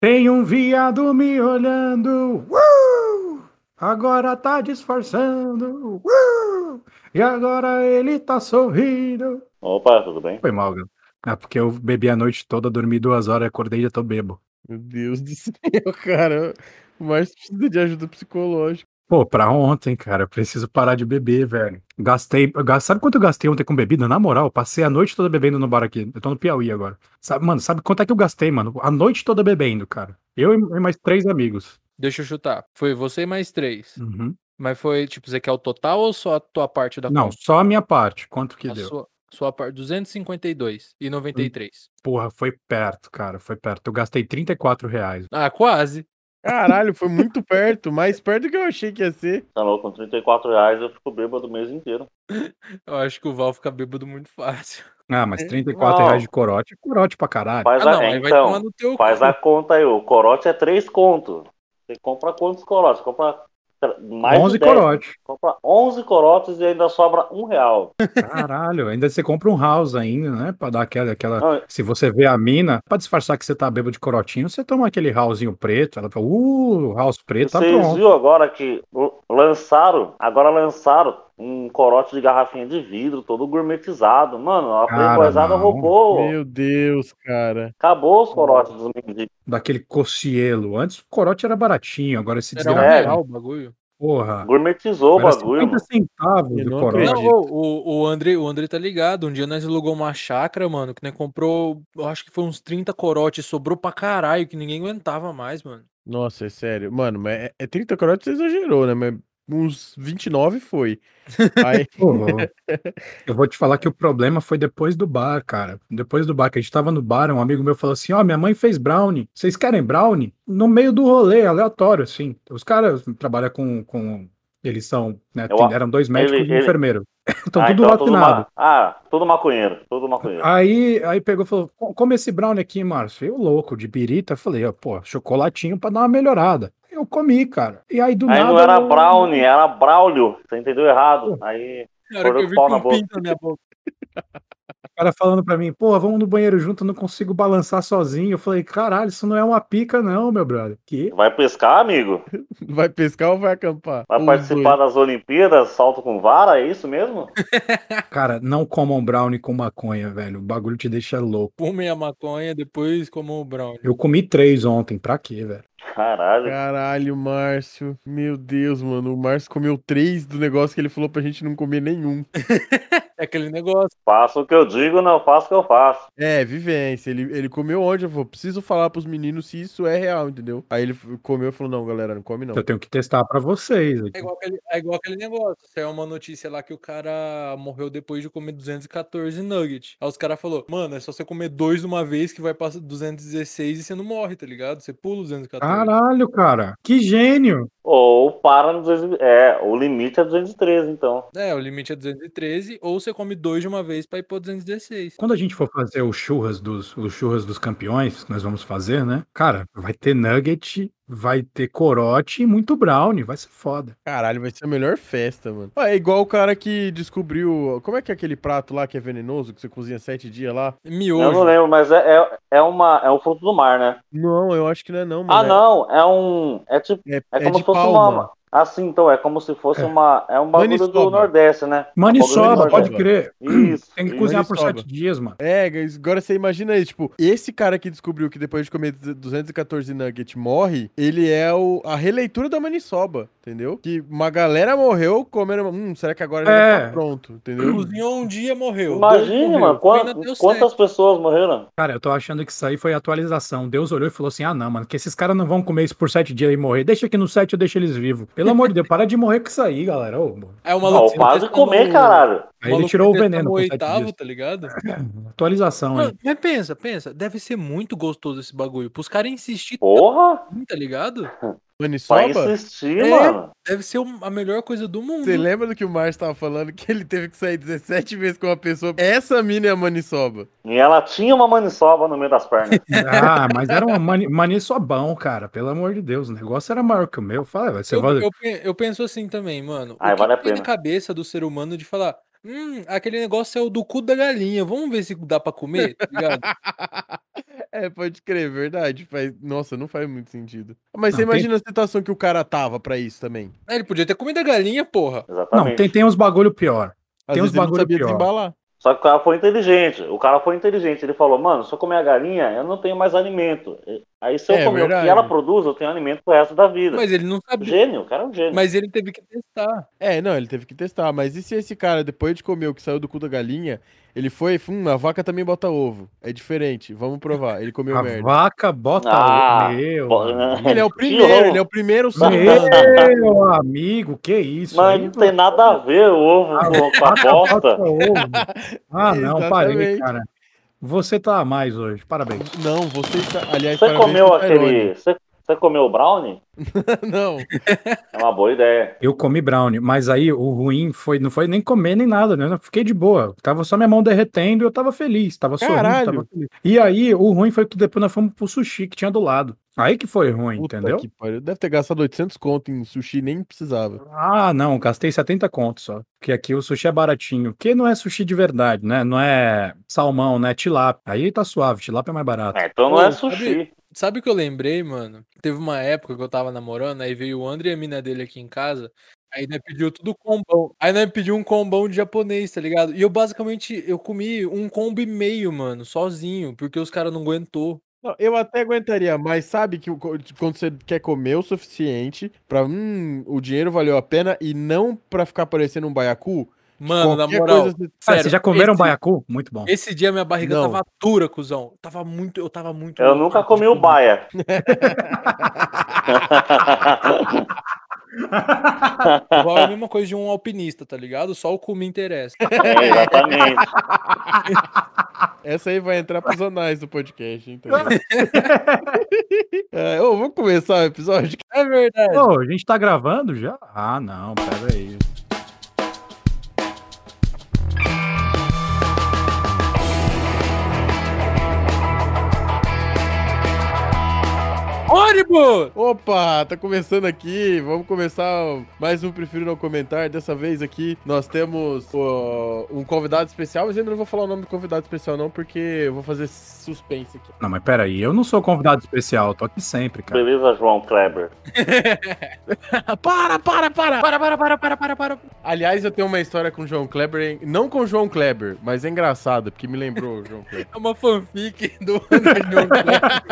Tem um viado me olhando, uh! agora tá disfarçando, uh! e agora ele tá sorrindo. Opa, tudo bem? Foi mal, Galo. Ah, porque eu bebi a noite toda, dormi duas horas, acordei e já tô bebo. Meu Deus do céu, cara. Mas precisa de ajuda psicológica. Pô, pra ontem, cara, eu preciso parar de beber, velho. Gastei, eu gas- sabe quanto eu gastei ontem com bebida? Na moral, eu passei a noite toda bebendo no bar aqui. Eu tô no Piauí agora. Sabe, mano, sabe quanto é que eu gastei, mano? A noite toda bebendo, cara. Eu e e mais três amigos. Deixa eu chutar. Foi você e mais três. Uhum. Mas foi, tipo, você quer o total ou só a tua parte da Não, conta? só a minha parte. Quanto que a deu? Hum. sua, sua parte, 252 e 93. Porra, foi perto, cara, foi perto. Eu gastei 34 reais. Ah, quase. Caralho, foi muito perto, mais perto do que eu achei que ia ser. Tá louco, com 34 reais eu fico bêbado o mês inteiro. Eu acho que o Val fica bêbado muito fácil. Ah, mas 34 Não. reais de corote é corote pra caralho. Faz ah, a... não, é, aí vai então, tomar no teu faz cu. a conta aí. O corote é 3 conto. Você compra quantos corotes? Compra tra- mais né? 11 de 10. corote. Compra 11 corotes e ainda sobra um real. Caralho, ainda você compra um house ainda, né? Pra dar aquela, aquela. Não, Se você vê a mina, pra disfarçar que você tá bêbado de corotinho, você toma aquele housezinho preto. Ela fala, uh, house preto, tá vocês pronto. viram agora que o- lançaram, agora lançaram um corote de garrafinha de vidro, todo gourmetizado. Mano, a Cara, Playboyzada não. roubou. Meu Deus, cara. Acabou os corotes dos mendigos. Daquele cocielo. Antes o corote era baratinho, agora esse Era um É. desgraçado. real o bagulho. Porra. Gourmetizou o Era bagulho. 50 mano. centavos Eu do não corote. Não, acredito. ô, o, o, André, o André tá ligado. Um dia nós alugamos uma chácara, mano, que nós comprou, eu acho que foi uns 30 corotes, sobrou pra caralho, que ninguém aguentava mais, mano. Nossa, é sério. Mano, mas é, é 30 corotes, você exagerou, né? Mas uns 29 foi. Aí, Pô, eu vou te falar que o problema foi depois do bar, cara. Depois do bar, que a gente tava no bar, um amigo meu falou assim: Ó, minha mãe fez brownie. Vocês querem brownie? No meio do rolê, aleatório, assim. Os caras trabalham com. com... Eles são, né? Eu- tem- eram dois médicos e um É ele- enfermeiro. Estão Ah, tudo então tudo vacinado. ma- Ah, tudo maconheiro. Tudo maconheiro. Aí, aí pegou e falou: "Co- come esse brownie aqui, Márcio. Eu louco, de birita. Falei: ó, pô, chocolatinho pra dar uma melhorada. Eu comi, cara. E aí do Aí nada. um não era eu- brownie, era braulio. Você entendeu errado. Aí, Na hora que eu vi Pau na com boca. pinto na minha boca. O cara falando pra mim, pô, vamos no banheiro junto, eu não consigo balançar sozinho. Eu falei, caralho, isso não é uma pica, não, meu brother. Que? vai pescar, amigo? vai pescar ou vai acampar? Vai Os participar dois. das Olimpíadas, salto com vara, é isso mesmo? Cara, não comam brownie com maconha, velho. O bagulho te deixa louco. Fumei a maconha, depois como o brown. Eu comi três ontem, pra quê, velho? É. Caralho. Caralho, Márcio. Meu Deus, mano. O Márcio comeu três do negócio que ele falou pra gente não comer nenhum. É aquele negócio. Faço o que eu digo, não faço o que eu faço. É, vivência. Ele, ele comeu onde? Eu falei, preciso falar pros meninos se isso é real, entendeu? Aí ele f- comeu e falou: não, galera, não come não. Eu tenho que testar pra vocês. É aqui. igual, aquele, é igual aquele negócio. Saiu uma notícia lá que o cara morreu depois de comer 214 nuggets. Aí os caras falaram, mano, é só você comer dois de uma vez que vai pra 216 e você não morre, tá ligado? Você pula os 214. Caralho, cara. Que gênio. Ou para no 200, É, o limite é 213, então. É, o limite é 213, ou você come dois de uma vez pra ir pra 216. Quando a gente for fazer o churras dos, o churras dos campeões, que nós vamos fazer, né? Cara, vai ter nugget, vai ter corote e muito brownie. Vai ser foda. Caralho, vai ser a melhor festa, mano. Ah, É igual o cara que descobriu. Como é que é aquele prato lá que é venenoso, que você cozinha sete dias lá? Miojo. Eu não lembro, mas é, é, é uma, é um fruto do mar, né? Não, eu acho que não é, não, Ah, mano. não, é um. É tipo. É, É é como de se fosse palma. uma. Assim, então, é como se fosse uma. É um bagulho do Maniçoba. Nordeste, né? Bagulho Maniçoba, enorme, pode velho. crer. Isso. Tem que isso. cozinhar por Maniçoba. sete dias, mano. É, guys, agora você imagina aí, tipo, esse cara que descobriu que depois de comer 214 nugget morre, ele é o, a releitura da maniçoba, entendeu? Que uma galera morreu comendo, hum, será que agora já É. deve tá pronto, entendeu? Cozinhou um dia, morreu. Dois Imagine, morreu. mano, Ainda quant- deu quantas sete. pessoas morreram? Cara, eu tô achando que isso aí foi atualização. Deus olhou e falou assim: ah, não, mano, que esses caras não vão comer isso por sete dias e morrer. Deixa aqui no sete, eu deixo eles vivos. Pelo amor de Deus, para de morrer com isso aí, galera. Ô, mano. Aí o Não, maluco o padre testou comer, no- caralho. aí ele maluco tirou o testou veneno no por sete oitavo, dias. tá ligado? Atualização aí. Mano, mas pensa, pensa, deve ser muito gostoso esse bagulho. Pros caras insistir Porra! tanto, tá ligado? Pra Maniçoba? insistir, É. mano. Deve ser um- a melhor coisa do mundo. Você lembra do que o Márcio tava falando? Que ele teve que sair 17 vezes com uma pessoa. Essa mina é a maniçoba. E ela tinha uma maniçoba no meio das pernas. Ah, mas era uma mani, maniçobão, cara. Pelo amor de Deus, o negócio era maior que o meu. Fala, vai, você eu, vai. eu pe- eu penso assim também, mano. Ai, o Ah, que vale a que tem pena. na cabeça do ser humano de falar, hum, aquele negócio é o do cu da galinha, vamos ver se dá pra comer, tá ligado? É, pode crer, verdade. Faz... Nossa, não faz muito sentido. Mas Não, você tem- imagina a situação que o cara tava pra isso também. É, ele podia ter comido a galinha, porra. Exatamente. Não, tem, tem uns bagulho pior. Às Tem uns vezes ele não bagulho sabia pior. desembalar. Só que o cara foi inteligente. O cara foi inteligente. Ele falou, mano, se eu comer a galinha, eu não tenho mais alimento. Aí se eu É, comer o verdade. que ela produz, eu tenho alimento pro resto da vida. Mas ele não sabia. Gênio, o cara é um gênio. Mas ele teve que testar. É, não, ele teve que testar. Mas e se esse cara, depois de comer o que saiu do cu da galinha, ele foi, hum, a vaca também bota ovo. É diferente, vamos provar. Ele comeu a merda. vaca bota Ah, o meu. pô, amigo. né? Ele é o Que primeiro, ovo. ele é o primeiro sultão. Meu amigo, que isso? Mas aí, não tem nada a ver o ovo com- com a vaca bota bosta. ovo. Ah, não, parei, Exatamente. cara. Você tá a mais hoje, parabéns. Não, você está. Aliás, Você parabéns comeu pro Tyrone. aquele. Você, você comeu o brownie? Não. É uma boa ideia. Eu comi brownie, mas aí o ruim foi, não foi nem comer nem nada, né? Eu fiquei de boa. Tava só minha mão derretendo e eu tava feliz, tava Caralho. sorrindo, tava feliz. E aí o ruim foi que depois nós fomos pro sushi que tinha do lado. Aí que foi ruim, Puta entendeu? que pariu. Deve ter gastado 800 conto em sushi, nem precisava. Ah, não, gastei 70 conto só. Porque aqui o sushi é baratinho. Que não é sushi de verdade, né? Não é salmão, né? Tilápia. Aí tá suave, tilápia é mais barato. É, então não é Pô, sabe- sushi. Sabe o que eu lembrei, mano? Teve uma época que eu tava namorando, aí veio o André e a mina dele aqui em casa. Aí nós pediu tudo combão. Aí nós pediu um combão de japonês, tá ligado? E eu basicamente eu comi um combo e meio, mano, sozinho, porque os caras não aguentou. Não, eu até aguentaria, mas sabe que o co- quando você quer comer o suficiente pra hum, o dinheiro valeu a pena e não pra ficar parecendo um baiacu. Mano, na qualquer moral, coisa assim. você- Ah, sério, vocês já comeram esse- baiacu? Muito bom. Esse dia minha barriga Não. tava dura, cuzão. Tava muito, eu tava muito Eu louco nunca de comi um o comer. baia. Igual é a mesma coisa de um alpinista, tá ligado? Só o cu me interessa. É, exatamente. Essa aí vai entrar pros anais do podcast, então. é, ô, vamos começar o episódio. É verdade. Pô, a gente tá gravando já? Ah, não, peraí. Ônibus! Opa, tá começando aqui. Vamos começar mais um Prefiro Não Comentar. Dessa vez aqui nós temos ó, um convidado especial, mas ainda não vou falar o nome do convidado especial, não, porque eu vou fazer suspense aqui. Não, mas peraí, eu não sou convidado especial, tô aqui sempre, cara. Beleza, João Kleber. para, para, para! Para, para, para, para, para, para. Aliás, eu tenho uma história com o João Kleber, hein? não com o João Kleber, mas é engraçada, porque me lembrou o João Kleber. É uma fanfic do Anderson Cleber.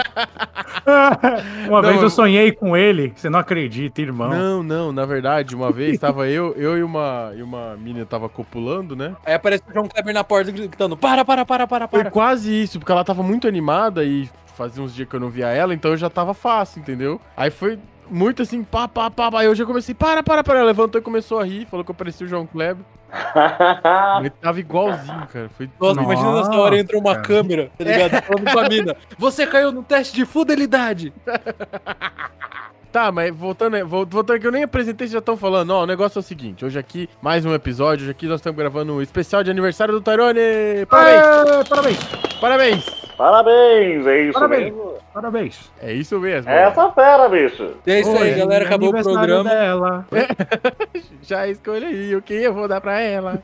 Uma Não, vez eu eu- sonhei com ele, você não acredita, irmão. Não, não, na verdade, uma vez tava eu, eu e uma, e uma menina tava copulando, né? Aí aparece o João Kleber na porta gritando: para, para, para, para, Foi para. quase isso, porque ela tava muito animada e fazia uns dias que eu não via ela, então eu já tava fácil, entendeu? Aí foi muito assim, pá, pá, pá, pá. Aí eu já comecei, para, para, para. Ela levantou e começou a rir, falou que eu parecia o João Kleber. Ah. Ele tava igualzinho, cara. Foi Nossa, imagina nessa hora entra uma Nossa, câmera, tá ligado? Falando pra mina. Você caiu no teste de fidelidade. Tá, mas voltando, aí- vol- voltando que eu nem apresentei, vocês já estão falando. Ó, o negócio é o seguinte: hoje aqui, mais um episódio. Hoje aqui nós estamos gravando um especial de aniversário do Tyrone. Parabéns! Aê, É, parabéns, Ah. Parabéns! Parabéns, é isso Parabéns. mesmo. parabéns. É isso mesmo. É essa fera, bicho. E é isso aí, Hoje, galera. Acabou o aniversário programa. Dela. Já escolhi aí o que eu vou dar pra ela.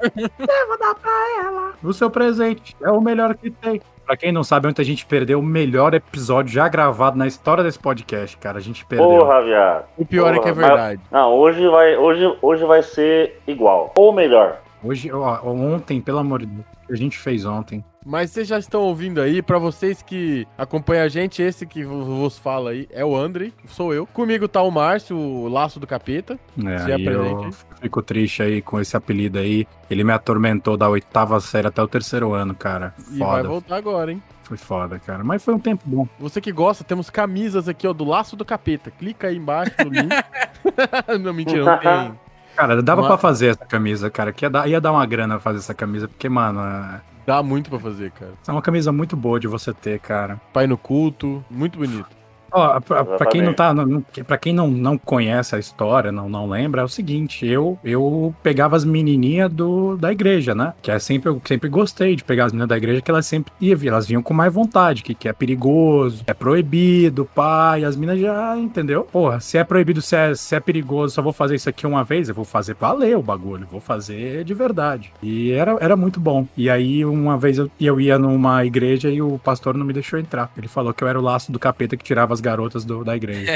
O seu presente é o melhor que tem. Pra quem não sabe, ontem a gente perdeu o melhor episódio já gravado na história desse podcast, cara. A gente perdeu. Porra, viado. O pior é que é Porra, mas- verdade. Não, hoje vai, hoje, hoje vai ser igual. Ou melhor. Hoje, ó, ontem, pelo amor de Deus, o que a gente fez ontem. Mas vocês já estão ouvindo aí, pra vocês que acompanham a gente, esse que vo- vos fala aí é o André, sou eu. Comigo tá o Márcio, o Laço do Capeta. É, Se aí eu apresente. fico triste aí com esse apelido aí. Ele me atormentou da oitava série até o terceiro ano, cara. E vai Foda. voltar agora, hein? Foi foda, cara. Mas foi um tempo bom. Você que gosta, temos camisas aqui, ó, do Laço do Capeta. Clica aí embaixo no link. não, mentira, não tem. Cara, dava Mas- pra fazer essa camisa, cara. Que ia dar, ia dar uma grana fazer essa camisa, porque, mano, é Dá muito pra fazer, cara. é uma camisa muito boa de você ter, cara. Pai no culto, muito bonito. Ó, pra, pra quem não Exatamente. tá, não, para quem não, não conhece a história, não, não lembra, é o seguinte, eu eu pegava as menininhas do da igreja, né? Que é sempre eu sempre gostei de pegar as meninas da igreja, que elas sempre ia, elas vinham com mais vontade, que que é perigoso, é proibido, pai, as meninas já, entendeu? Porra, se é proibido, se é, se é perigoso, só vou fazer isso aqui uma vez, eu vou fazer valer o bagulho, vou fazer de verdade. E era, era muito bom. E aí uma vez eu, eu ia numa igreja e o pastor não me deixou entrar. Ele falou que eu era o laço do capeta que tirava as garotas do- da igreja.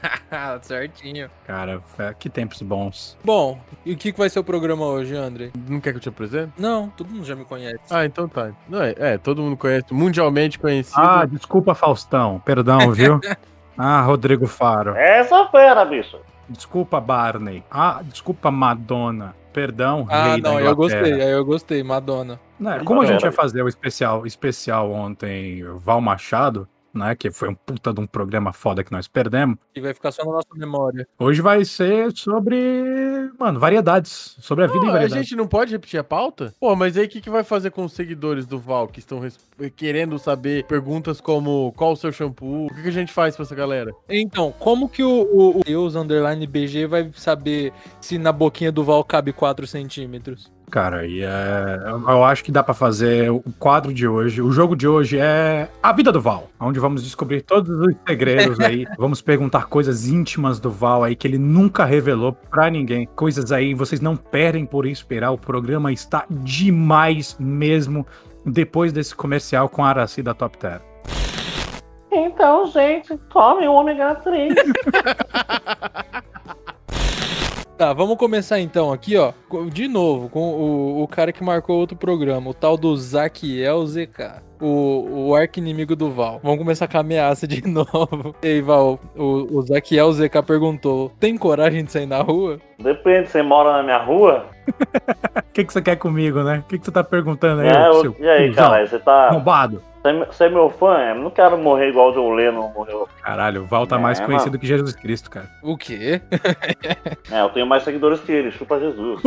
Certinho. Cara, fe- que tempos bons. Bom, e o que que vai ser o programa hoje, André? Não quer que eu te apresente? Não, todo mundo já me conhece. Ah, então tá. Não, é, é, todo mundo conhece, mundialmente conhecido. Ah, desculpa, Faustão. Perdão, viu? Ah, Rodrigo Faro. É Essa fera, bicho. Desculpa, Barney. Ah, desculpa, Madonna. Perdão, Ah, rei da não, eu Inglaterra. gostei, aí eu gostei, Madonna. Né, como a Madonna. gente ia fazer o especial, especial ontem, Val Machado, né? Que foi um puta de um programa foda que nós perdemos. E vai ficar só na nossa memória. Hoje vai ser sobre, mano, variedades. Sobre a vida Pô, e a variedades. gente não pode repetir a pauta? Pô, mas aí o que, que vai fazer com os seguidores do Val que estão res- querendo saber perguntas como qual o seu shampoo? O que, que a gente faz pra essa galera? Então, como que o, o, o Deus Underline BG vai saber se na boquinha do Val cabe 4 centímetros? Cara, e é, eu acho que dá pra fazer o quadro de hoje. O jogo de hoje é A Vida do Val, onde vamos descobrir todos os segredos aí. vamos perguntar coisas íntimas do Val aí que ele nunca revelou pra ninguém. Coisas aí, vocês não perdem por esperar. O programa está demais mesmo depois desse comercial com a Araci da Top Terra. Então, gente, tome o ômega 3. Tá, vamos começar então aqui, ó. co- De novo, com o, o cara que marcou outro programa, o tal do Zaquiel ZK. O, o arqui-inimigo do Val. Vamos começar com a ameaça de novo. Ei, Val, o, o Zaquiel ZK perguntou: tem coragem de sair na rua? Depende, você mora na minha rua? O que, que você quer comigo, né? O que, que você tá perguntando aí, É, seu eu- e aí, cuzão? caralho, você tá. Arrombado. Você é meu- Você é meu fã? Eu não quero morrer igual o John Lennon morreu. Caralho, o Val tá É, mais mano. conhecido que Jesus Cristo, cara. O quê? É, eu tenho mais seguidores que ele, chupa Jesus.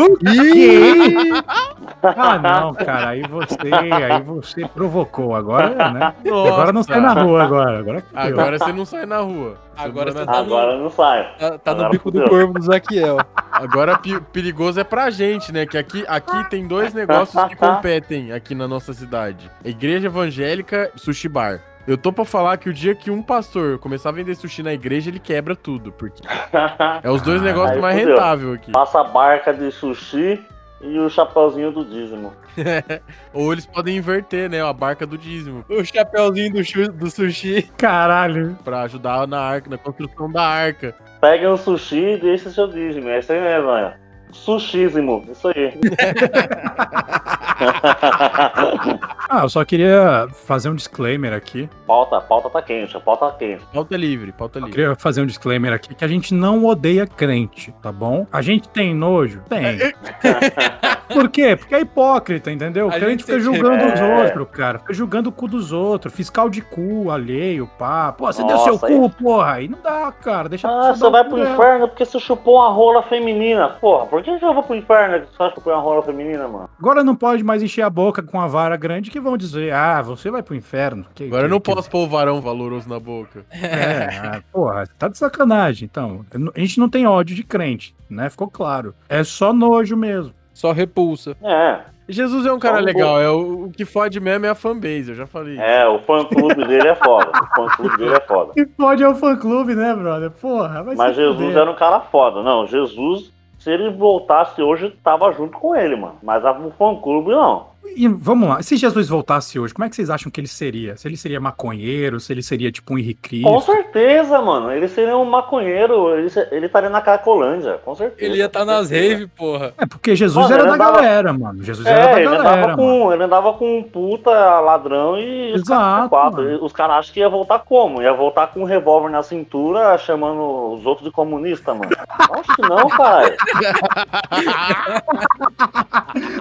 Ah, não, cara, aí você, aí você provocou. Agora, né? Nossa. Agora não sai na rua agora. Agora é que deu. Agora você não sai na rua. Você Agora mora você na- tá no, Agora eu não saio. tá, tá no Agora bico do fudeu. corvo do Zaquiel. Agora pi- perigoso é pra gente, né? Que aqui, aqui tem dois negócios que competem aqui na nossa cidade: A igreja evangélica e sushi bar. Eu tô pra falar que o dia que um pastor começar a vender sushi na igreja, ele quebra tudo, porque é os dois Ah, negócios aí mais fudeu. rentáveis aqui. Passa a barca de sushi e o chapeuzinho do dízimo. Ou eles podem inverter, né? A barca do dízimo. O chapeuzinho do, chu- do sushi. Caralho. Pra ajudar na arca, na construção da arca. Pega um sushi e deixa seu dízimo. É isso aí mesmo, né? Sushízimo, isso aí. Ah, eu só queria fazer um disclaimer aqui. pauta, pauta tá quente, a pauta tá quente. Pauta livre, pauta Eu livre. queria fazer um disclaimer aqui que a gente não odeia crente, tá bom? A gente tem nojo? É, Tem. Por quê? Porque é hipócrita, entendeu? O A gente crente fica tem- julgando os É. outros, cara. Fica julgando o cu dos outros. Fiscal de cu, alheio, pá. Pô, você deu seu Nossa, aí- cu, porra. Aí não dá, cara. Deixa a Ah, pessoa você dar o vai cu pro dela. inferno porque você chupou uma rola feminina. Porra, por que que eu vou pro inferno só chupou uma rola feminina, mano? Agora não pode mais encher a boca com a vara grande que vão dizer, ah, você vai pro inferno. Que- Agora eu que- não que- posso pôr o varão valoroso na boca. É, ah, porra, tá de sacanagem. Então, eu não- a gente não tem ódio de crente, né? Ficou claro. É só nojo mesmo. Só repulsa. É, Jesus é Tá um cara Só um legal, é o, o que fode mesmo é a fanbase, eu já falei. é, o fã clube dele é foda. O fã clube dele é foda. E pode é o fã-clube, né, brother? Porra, vai Mas Jesus era um cara foda. Não, Jesus, se ele voltasse hoje, tava junto com ele, mano. Mas a- o fã clube não. E vamos lá, se Jesus voltasse hoje, como é que vocês acham que ele seria? Se ele seria maconheiro, se ele seria tipo um Henrique Com Cristo? certeza, mano. Ele seria um maconheiro. Ele, se- ele estaria na Cracolândia, com certeza. Ele ia estar com nas certeza. raves, porra. É, porque Jesus Mano, era ele da andava- galera, mano. Jesus era É, da ele galera, andava, mano. com, ele andava com um puta ladrão e os Exato, caras com quatro. mano. E Os caras acham que ia voltar como? Ia voltar com um revólver na cintura, chamando os outros de comunista, mano. Acho que não, caralho.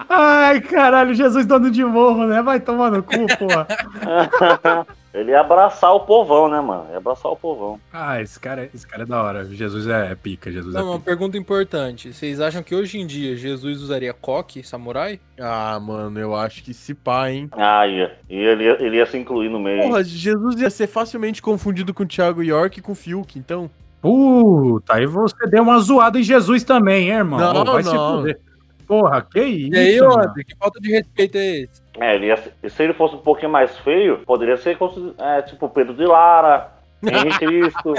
Ai, caralho, Jesus dono de morro, né? Vai tomar no cu, porra. Ele ia abraçar o povão, né, mano? Ia abraçar o povão. Ah, esse cara, esse cara é da hora. Jesus é pica, Jesus Não, é uma pica. pergunta importante. Vocês acham que hoje em dia Jesus usaria coque, samurai? Ah, mano, eu acho que se pá, hein? Ah, ia. E ele, ia- ele ia se incluir no É. meio. Porra, Jesus ia ser facilmente confundido com o Thiago York e com o Fiuk, então. Puta, aí você deu uma zoada em Jesus também, hein, irmão? Não, Ô, vai se não. fuder. Porra, que isso? E aí, mano? Odri, que falta de respeito é esse? É, ele ia, se- e se ele fosse um pouquinho mais feio, poderia ser consider- é, tipo Pedro de Lara, Henrique Cristo.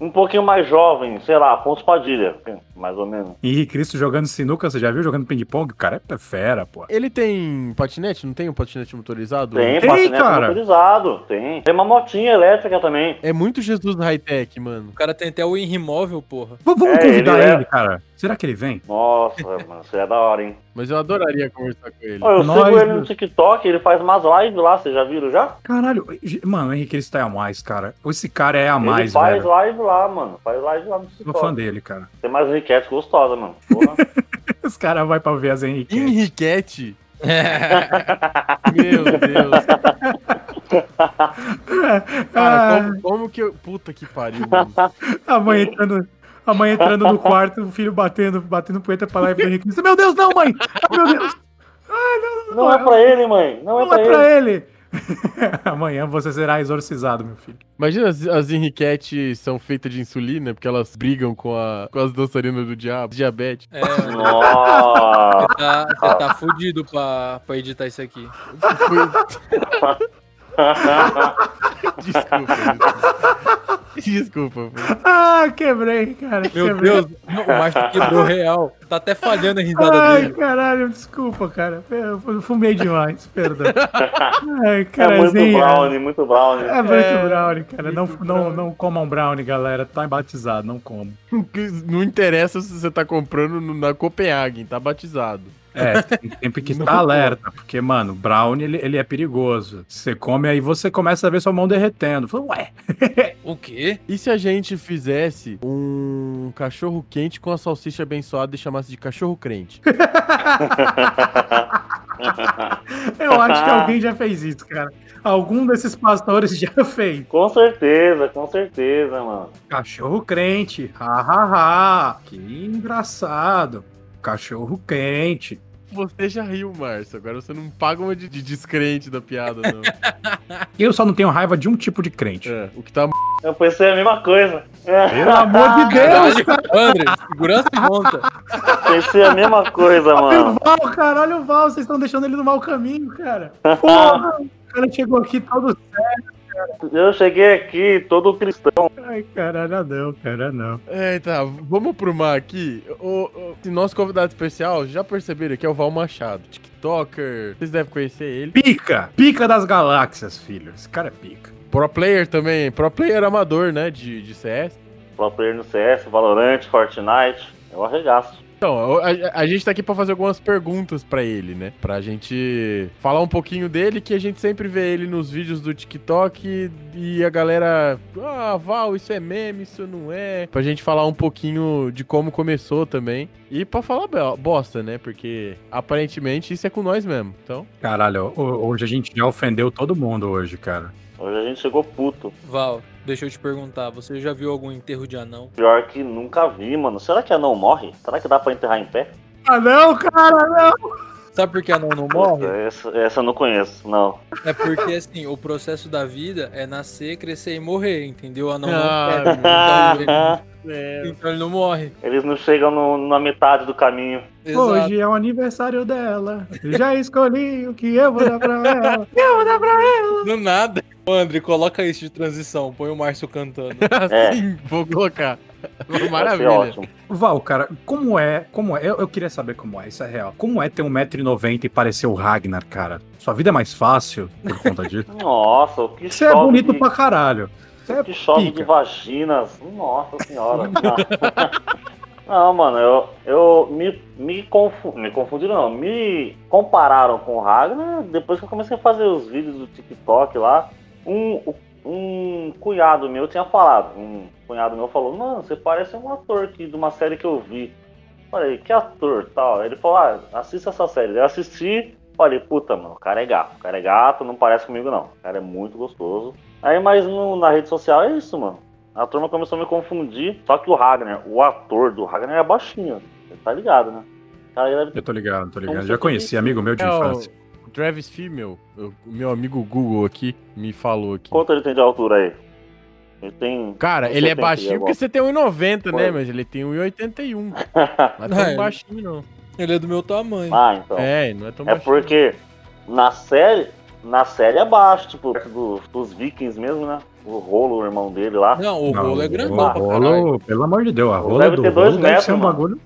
um pouquinho mais jovem, sei lá, Afonso Padilha, mais ou menos. Henrique Cristo jogando sinuca, você já viu jogando ping-pong? O cara é fera, pô. Ele tem patinete? Não tem um patinete motorizado? Tem, Tem, patinete cara. motorizado, tem. Tem uma motinha elétrica também. É muito Jesus high-tech, mano. O cara tem até o Inrimóvel, porra. V- vamos É, convidar ele ele, é- cara. Será que ele vem? Nossa, mano, isso é da hora, hein? Mas eu adoraria conversar com ele. Ó, eu Nós- sigo ele no TikTok, ele faz umas lives lá, vocês já viram já? Caralho, je- mano, o Henrique Cristo é a mais, cara. Esse cara é a mais, ele faz velho. live lá, mano. Faz live lá no Sou TikTok. fã dele, cara. Tem mais enriquetes gostosa, mano. Porra. Os caras vão pra ver as Henrique. Henriquete? Meu Deus. Ah, Cara, como, como que eu. Puta que pariu, mano. A mãe entrando, a mãe entrando no quarto, o filho batendo, batendo punheta pra lá e pro Henrique Cristo. Meu Deus, não, mãe! Ah, meu Deus! Ai, não, não, Não é pra ele, mãe. Não é não pra é ele. pra ele! Amanhã você será exorcizado, meu filho. Imagina as, as Henriquete são feitas de insulina, porque elas brigam com, a, com as dançarinas do diabo, diabetes. É, você Nossa. tá, você tá fudido pra, pra editar isso aqui. Desculpa. gente. Desculpa. pô. Ah, quebrei, cara. Meu quebrei. Deus, não, o Márcio quebrou real. Tá até falhando a risada Ai, dele. caralho, desculpa, cara. Eu fumei demais, perdão. Ai, É muito carazinha. brownie, muito brownie. É muito É, brownie, cara. Não, muito não, brownie. não comam brownie, galera. Tá batizado, não comam. Não interessa se você tá comprando no- na Copenhagen, tá batizado. É, tem sempre que Não estar alerta, porque, mano, brownie, ele, ele é perigoso. Você come aí, você começa a ver sua mão derretendo. Fala, ué, O quê? E se a gente fizesse um cachorro quente com a salsicha abençoada e chamasse de cachorro crente? eu acho que alguém já fez isso, cara. Algum desses pastores já fez. Com certeza, com certeza, mano. Cachorro crente, ha, ha, ha. Que engraçado. Cachorro crente. Você já riu, Márcio. Agora você não paga uma de, de descrente da piada, não. Eu só não tenho raiva de um tipo de crente. É, o que tá Eu pensei a mesma coisa. É, Pelo amor de Deus, Caralho, André, segurança e monta. Pensei a mesma coisa, Olha o mano. Val, cara, olha o Val, vocês estão deixando ele no mau caminho, cara. Porra, o cara chegou aqui todo. Eu cheguei aqui todo cristão. Ai, cara, não, cara, não. É, tá, vamos pro mar aqui. O, o- esse nosso convidado especial, já perceberam que é o Val Machado, TikToker. Vocês devem conhecer ele. Pica, pica das galáxias, filho. Esse cara é pica. Pro player também, pro player amador, né, de, de CS. Pro player no CS, Valorant, Fortnite. Eu arregaço. Então, a, a- a gente tá aqui pra fazer algumas perguntas pra ele, né? Pra gente falar um pouquinho dele, que a gente sempre vê ele nos vídeos do TikTok e a galera, ah, Val, isso é meme, isso não é. Pra gente falar um pouquinho de como começou também. E pra falar be- bosta, né? Porque aparentemente isso é com nós mesmo. Então, Caralho, ho- hoje a gente já ofendeu todo mundo hoje, cara. Hoje a gente chegou puto. Val, deixa eu te perguntar, você já viu algum enterro de anão? Pior que nunca vi, mano. Será que anão morre? Será que dá pra enterrar em pé? Ah, não, cara, não. Sabe por que anão não morre? Essa, essa eu não conheço, não. É porque, assim, o processo da vida é nascer, crescer e morrer, entendeu? Anão Ah, não morre. Então, ele, então ele não morre. Eles não chegam no- na metade do caminho. Exato. Hoje é o aniversário dela. Já escolhi o que eu vou dar pra ela. Eu vou dar pra ela. Do nada. Ô, André, coloca isso de transição. Põe o Márcio cantando. É. Sim, assim, vou colocar. Vai ser Maravilha. ótimo. Val, cara, como é? Como é? Eu, eu queria saber como é, isso é real. Como é ter 1,90m e parecer o Ragnar, cara? Sua vida é mais fácil por conta disso? Nossa, o que Você é chove bonito de- pra caralho. Você é Que chove de pica. vaginas. Nossa senhora. Não, mano, eu, eu me, me, confu, me confundiram, não. Me compararam com o Ragnar depois que eu comecei a fazer os vídeos do TikTok lá. Um, um cunhado meu tinha falado. Um cunhado meu falou: Mano, você parece um ator aqui de uma série que eu vi. Falei, que ator tal? Ele falou: Ah, assista essa série. Eu assisti. Falei, puta, mano, o cara é gato. O cara é gato, não parece comigo, não. O cara é muito gostoso. Aí, mas no- na rede social é isso, mano. A turma começou a me confundir. Só que o Ragnar, o ator do Ragnar é baixinho. Você tá ligado, né? O cara era Eu tô ligado, tô Como ligado. se Já fosse- conheci, amigo meu de É o infância. Travis Fimmel, o o meu amigo Google aqui, me falou aqui. Quanto ele tem de altura aí? Ele tem. Cara, Não ele sei quem é que é baixinho agora. porque você tem 1,90, né? Foi. Mas ele tem 1,81. Não é Ah, tão é. baixinho, não. Ele é do meu tamanho. ah, então. É, É, não é tão baixinho. porque na série. Na série é baixo, tipo, do- dos vikings mesmo, né? O rolo, o irmão dele lá. Não, o rolo é grandão o pra caralho. rolo, pelo amor de Deus, a rola Deve do ter dois rolo deve ser um metros, bagulho.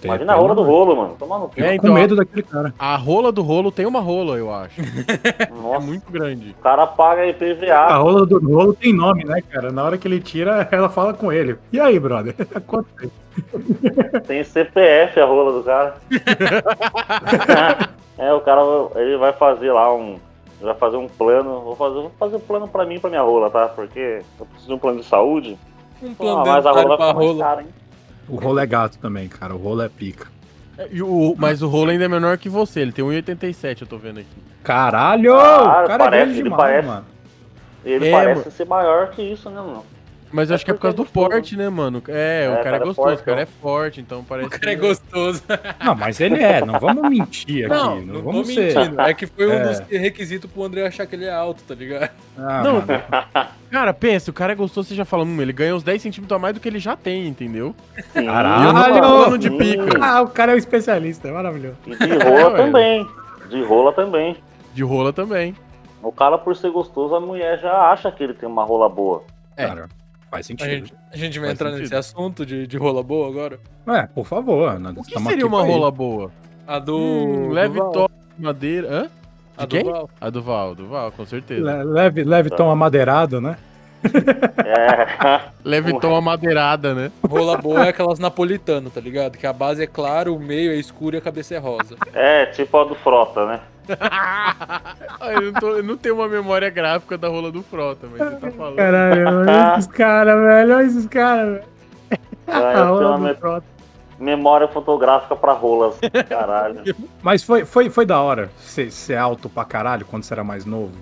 Tem, Imagina a pelo rola do amor- rolo, mano. Toma no cu. Fico É, com então, medo daquele cara. A rola do rolo tem uma rola, eu acho. É Nossa, muito grande. o cara paga IPVA. A rola do rolo tem nome, né, cara? Na hora que ele tira, ela fala com ele. E aí, brother? Quanto é? Tem CPF a rola do cara. é, o cara ele vai fazer lá um. ele Vai fazer um plano. Vou fazer, vou fazer um plano pra mim e pra minha rola, tá? Porque eu preciso de um plano de saúde. Um plano Ah, mas a dentário rola vai pra ficar mais rola. cara, hein? O rolo é gato também, cara. O rolo é pica. É, e o- mas o rolo ainda é menor que você, ele tem 1,87, eu tô vendo aqui. Caralho! Cara, o cara parece, é grande ele demais, parece. mano. Ele É, parece mano. ser maior que isso, né, mano? Mas eu acho que é por causa do porte, né, mano? É, o É, cara é cara, é gostoso, o fortão. cara é forte, então parece. O cara é que- né? gostoso. Não, mas ele é. Não vamos mentir aqui. Não, vamos ser. É que foi um É. dos requisitos pro André achar que ele é alto, tá ligado? Ah, Não, mano, Cara, pensa, o cara é gostoso, você já fala, hum, ele ganha uns 10 centímetros a mais do que ele já tem, entendeu? Sim. Caralho! E eu não tô falando de Hum, pica. Ah, o cara é um especialista, é maravilhoso. E de rola É, também. De rola também. De rola também. O cara, por ser gostoso, a mulher já acha que ele tem uma rola boa. É. Cara, faz A sentido. gente, a gente vai Faz entrar sentido. nesse assunto de, de rola boa agora. É, por favor. nós O que estamos seria aqui uma pra rola boa? A do. Hum, do leve Val. top de madeira. Hã? A De do quem? Val. A do Val, do Val, com isso. certeza. Le- Leve, leve tom amadeirado, né? É. Leve tom madeirada, né? Rola boa é aquelas napolitanas, tá ligado? Que a base é clara, o meio é escuro e a cabeça é rosa. É, tipo a do Frota, né? Ah, eu, não tô- eu não tenho uma memória gráfica da rola do Frota, mas você tá falando. Caralho, olha esses caras, velho. Olha esses caras, velho. Ah, A eu tenho rola uma do me- Frota. memória fotográfica pra rolas. Caralho. Mas foi, foi, foi da hora ser, ser alto pra caralho quando você era mais novo?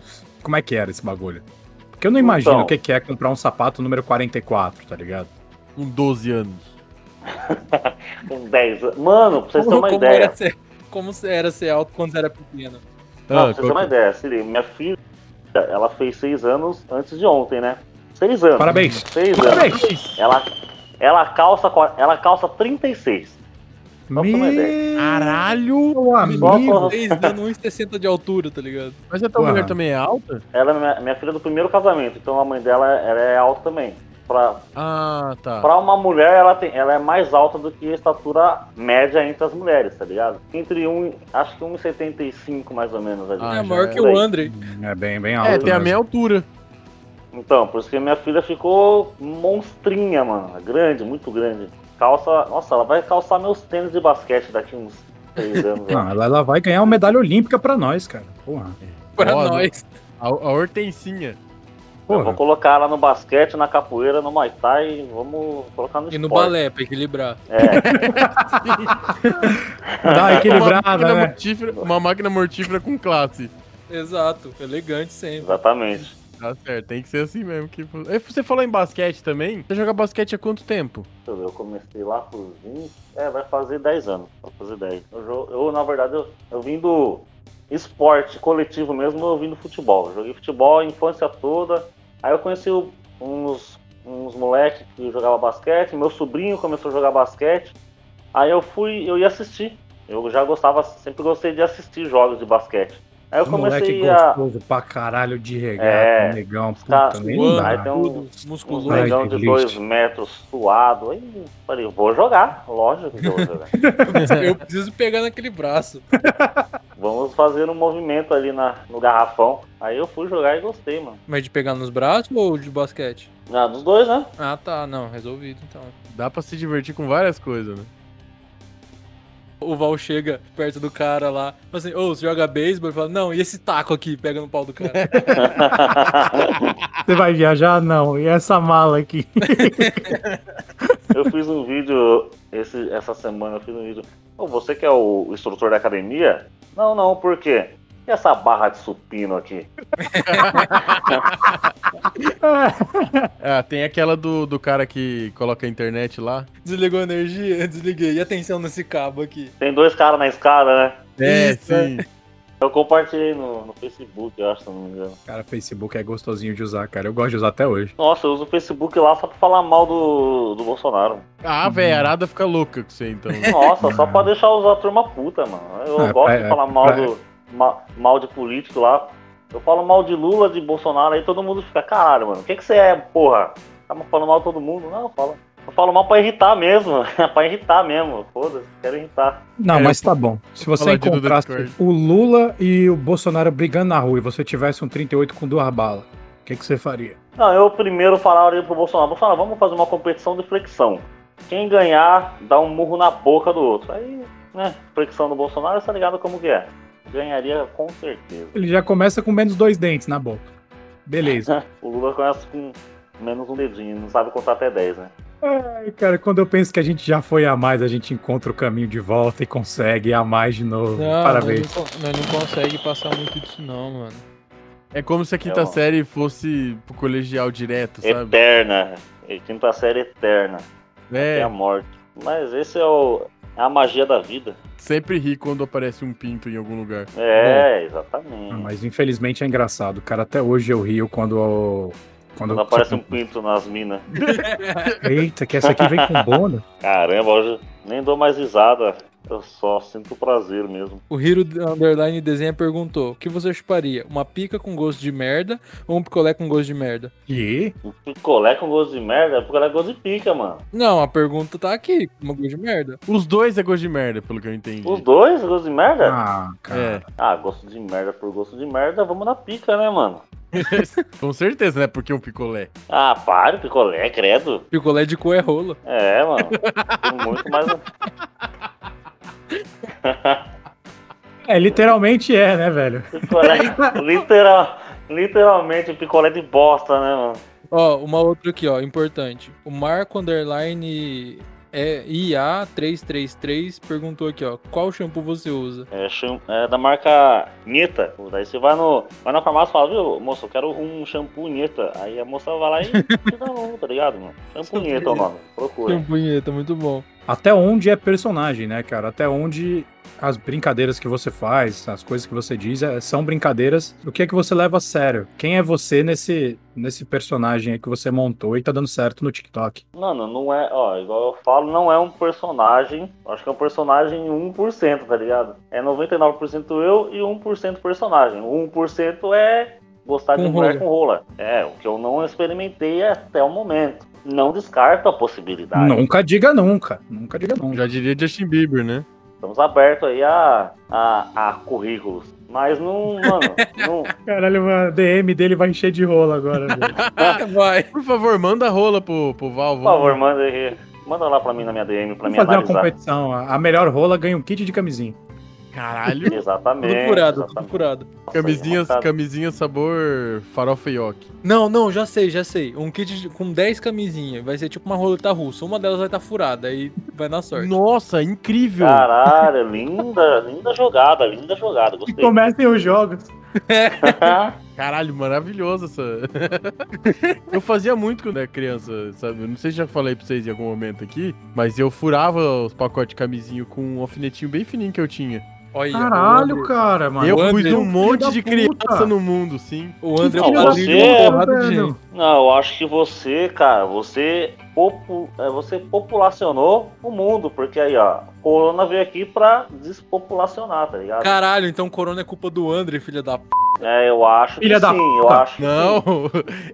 Como é que era esse bagulho? Porque eu não imagino Então. o que que é comprar um sapato número 44, tá ligado? Com 12 anos. Com 10 anos. Mano, pra vocês terem uma ideia. Era ser, como era ser alto quando era pequeno. Não, pra Ah, vocês terem uma ideia. Se liga, minha filha, ela fez 6 anos antes de ontem, né? 6 anos. Parabéns. 6 anos. é? Parabéns! Ela, ela, calça, qua- ela calça 36. pra uma ideia. Caralho! Meu amigo! Porra. Três dando 1,60 de altura, tá ligado? Mas a tua Ué. mulher também é alta? Ela é minha, minha filha do primeiro casamento, então a mãe dela ela é alta também. Pra, Ah, tá. pra uma mulher, ela, tem, ela é mais alta do que a estatura média entre as mulheres, tá ligado? Entre um, acho que 1,75 mais ou menos ali. Ah, é já maior é. que o André. É bem, bem alto. É, tem a mesmo. minha altura. Então, por isso que minha filha ficou monstrinha, mano. É Grande, muito grande. Calça. Nossa, ela vai calçar meus tênis de basquete daqui uns três anos. né? Não, ela, ela vai ganhar uma medalha olímpica pra nós, cara. Porra. É. Pra Rosa. nós. A, a hortensinha. Eu vou Porra. colocar ela no basquete, na capoeira, no Muay Thai, vamos colocar no E no esporte. balé, pra equilibrar. É, Dá uma uma, equilibrada, máquina né? mortífera, uma máquina mortífera com classe. Exato. Elegante sempre. exatamente. Tá certo, tem que ser assim mesmo. Que... Eh, Você falou em basquete também? Você joga basquete há quanto tempo? Deixa eu ver, eu comecei lá por 20. É, vai fazer 10 anos. Vai fazer 10. Eu, jo- eu, na verdade, eu, eu vim do esporte coletivo mesmo, eu vim do futebol. Eu joguei futebol a infância toda. Aí eu conheci o- uns, uns moleques que jogavam basquete, meu sobrinho começou a jogar basquete. Aí eu fui, eu ia assistir. Eu já gostava, sempre gostei de assistir jogos de basquete. Aí eu O Um moleque comecei a. gostoso pra caralho de regata, um É. negão, puta, Tá, nem mano, dá. aí tem então. um- Tudo, Um Ai, musculoso. negão que de dois triste. metros, suado. Aí falei, vou jogar, lógico que eu vou jogar. Eu preciso pegar naquele braço. Vamos fazer um movimento ali na, no garrafão. Aí eu fui jogar e gostei, mano. Mas de pegar nos braços ou de basquete? Ah, dos dois, né? Ah, tá. Não, resolvido então. Dá pra se divertir com várias coisas, né? O Val chega perto do cara lá, fala assim, ô, você joga beisebol? Ele fala, não, e esse taco aqui? Pega no pau do cara. Você vai viajar? Não. E essa mala aqui? Eu fiz um vídeo esse, essa semana, eu fiz um vídeo. Ô, você que é o instrutor da academia? Não, não, por quê? E essa barra de supino aqui? Ah, tem aquela do, do cara que coloca a internet lá. Desligou a energia? Desliguei. E atenção nesse cabo aqui. Tem dois caras na escada, né? É, Isso, é. sim. Eu compartilhei no, no Facebook, eu acho, se eu não me engano. Cara, Facebook é gostosinho de usar, cara. Eu gosto de usar até hoje. Nossa, eu uso o Facebook lá só pra falar mal do, do Bolsonaro. Ah, velho, a Arada fica louca com você, então. Nossa, só pra deixar usar a turma puta, mano. Eu Ah, gosto pra- de falar mal, pra- do, ma- mal de político lá. Eu falo mal de Lula, de Bolsonaro, aí todo mundo fica, caralho, mano, o que, que você é, porra? Tá falando mal de todo mundo? Não, eu falo. Eu falo mal pra irritar mesmo, pra irritar mesmo, foda-se, quero irritar. Não, É, mas eu- tá bom. Se você falar de Duda encontrasse Discord. o Lula e o Bolsonaro brigando na rua e você tivesse um 38 com duas balas, o que, que você faria? Não, eu primeiro falaria pro Bolsonaro, Bolsonaro, vamos fazer uma competição de flexão. Quem ganhar, dá um murro na boca do outro. Aí, né, flexão do Bolsonaro, você tá ligado como que é? Ganharia com certeza. Ele já começa com menos dois dentes na boca. Beleza. O Lula começa com menos um dedinho, não sabe contar até 10, né? Ai, cara, quando eu penso que a gente já foi a mais, a gente encontra o caminho de volta e consegue ir a mais de novo. Parabéns. Nós não, con- nós não consegue passar muito disso, não, mano. É como se a quinta É, ó. série fosse pro colegial direto, sabe? Eterna. E Quinta série eterna. É. É, a morte. Mas esse é o. É a magia da vida. sempre ri quando aparece um pinto em algum lugar. É, exatamente. Ah, Mas infelizmente é engraçado, cara. Até hoje eu rio quando. eu- Quando, Quando aparece um pinto nas minas. Eita, que essa aqui vem com bônus. Caramba, hoje nem dou mais risada. Eu só sinto prazer mesmo. O Hiro Underline Desenha perguntou: o que você chuparia? Uma pica com gosto de merda ou um picolé com gosto de merda? E Um picolé com gosto de merda é picolé com gosto de pica, mano. Não, a pergunta tá aqui: uma gosto de merda. Os dois é gosto de merda, pelo que eu entendi. Os dois, gosto de merda? Ah, cara. É, Ah, gosto de merda por gosto de merda, vamos na pica, né, mano? com certeza, né? Porque é um picolé. Ah, pare, picolé, credo. Picolé de cu é rola. É, mano. Tem muito mais. É, literalmente é, né, velho? Picolé. Literal, literalmente picolé de bosta, né, mano? Ó, uma outra aqui, ó, importante. O Marco Underline é IA333 perguntou aqui, ó: qual shampoo você usa? É, cham- é da marca Neta. Daí você vai, no, vai na farmácia e fala, viu, moço, eu quero um shampoo Neta. Aí a moça vai lá e te dá um, tá ligado, mano? Shampoo Shampoo Neta é o nome. Procura. Shampoo Inheta, muito bom. Até onde é personagem, né, cara? Até onde as brincadeiras que você faz, as coisas que você diz, é- são brincadeiras. O que é que você leva a sério? Quem é você nesse, nesse personagem aí que você montou e tá dando certo no TikTok? Mano, não é, ó, igual eu falo, não é um personagem. Acho que é um personagem 1%, tá ligado? É 99% eu e 1% personagem. 1% é gostar de Com mulher rola. com rola. É, o que eu não experimentei até o momento. Não descarto a possibilidade. Nunca diga nunca. Nunca diga nunca. Já diria Justin Bieber, né? Estamos abertos aí a, a, a currículos. Mas não, mano, não. Caralho, a DM dele vai encher de rolo agora. velho. Vai. Por favor, manda rola pro, pro Val. Por vamos- favor, manda aí. Manda lá pra mim na minha DM pra Vamos mim fazer uma analisar. competição. A a melhor rola ganha um kit de camisinha. Caralho. Exatamente. Tudo furado, tudo exatamente. Tá furado. Nossa, Camisinha, arrancado. camisinha sabor farofa yoki. Não, não, já sei, já sei. Um kit de- com 10 camisinhas. Vai ser tipo uma roleta russa. Uma delas vai estar furada, aí vai na sorte. Nossa, incrível. Ah, Caralho, linda, linda jogada, linda jogada. E Gostei. comecem os jogos. Então, Caralho, maravilhoso essa. eu fazia muito quando era criança, sabe? Eu Não sei se já falei pra vocês em algum momento aqui, mas eu furava os pacotes de camisinho com um alfinetinho bem fininho que eu tinha. Olha, Caralho, cara, mano. é eu André, fui de um filho monte da de puta. criança no mundo, sim. o André é filho um da bolinho de uma puta, porrada de velho. gente. Não, eu acho que você, cara, você, popu... é, você populacionou o mundo, porque aí, ó, Corona veio aqui pra despopulacionar, tá ligado? Caralho, então Corona é culpa do André, filha da p. É, eu acho Filha que da sim, eu puta. acho que sim. Não,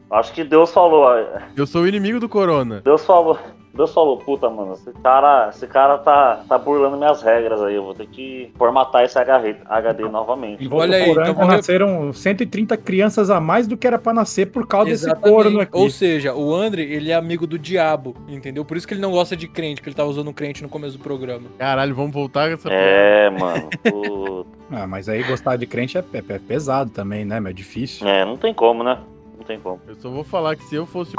Acho que Deus falou, ó, eu sou o inimigo do corona. Deus falou, Deus falou, puta, mano, esse cara, esse cara tá, tá burlando minhas regras aí, eu vou ter que formatar esse HD, HD novamente. Em Votuporanga Olha aí, então vou re- nasceram 130 crianças a mais do que era pra nascer por causa desse Exatamente. corno aqui. Ou seja, o André, ele é amigo do diabo, entendeu? Por isso que ele não gosta de crente, que ele tava usando crente no começo do programa. Caralho, vamos voltar com essa É, mano, puta, Ah, mas aí gostar de crente é, é- é pesado também, né? meu? É difícil. é, não tem como, né? Não tem como. Eu só vou falar que se eu fosse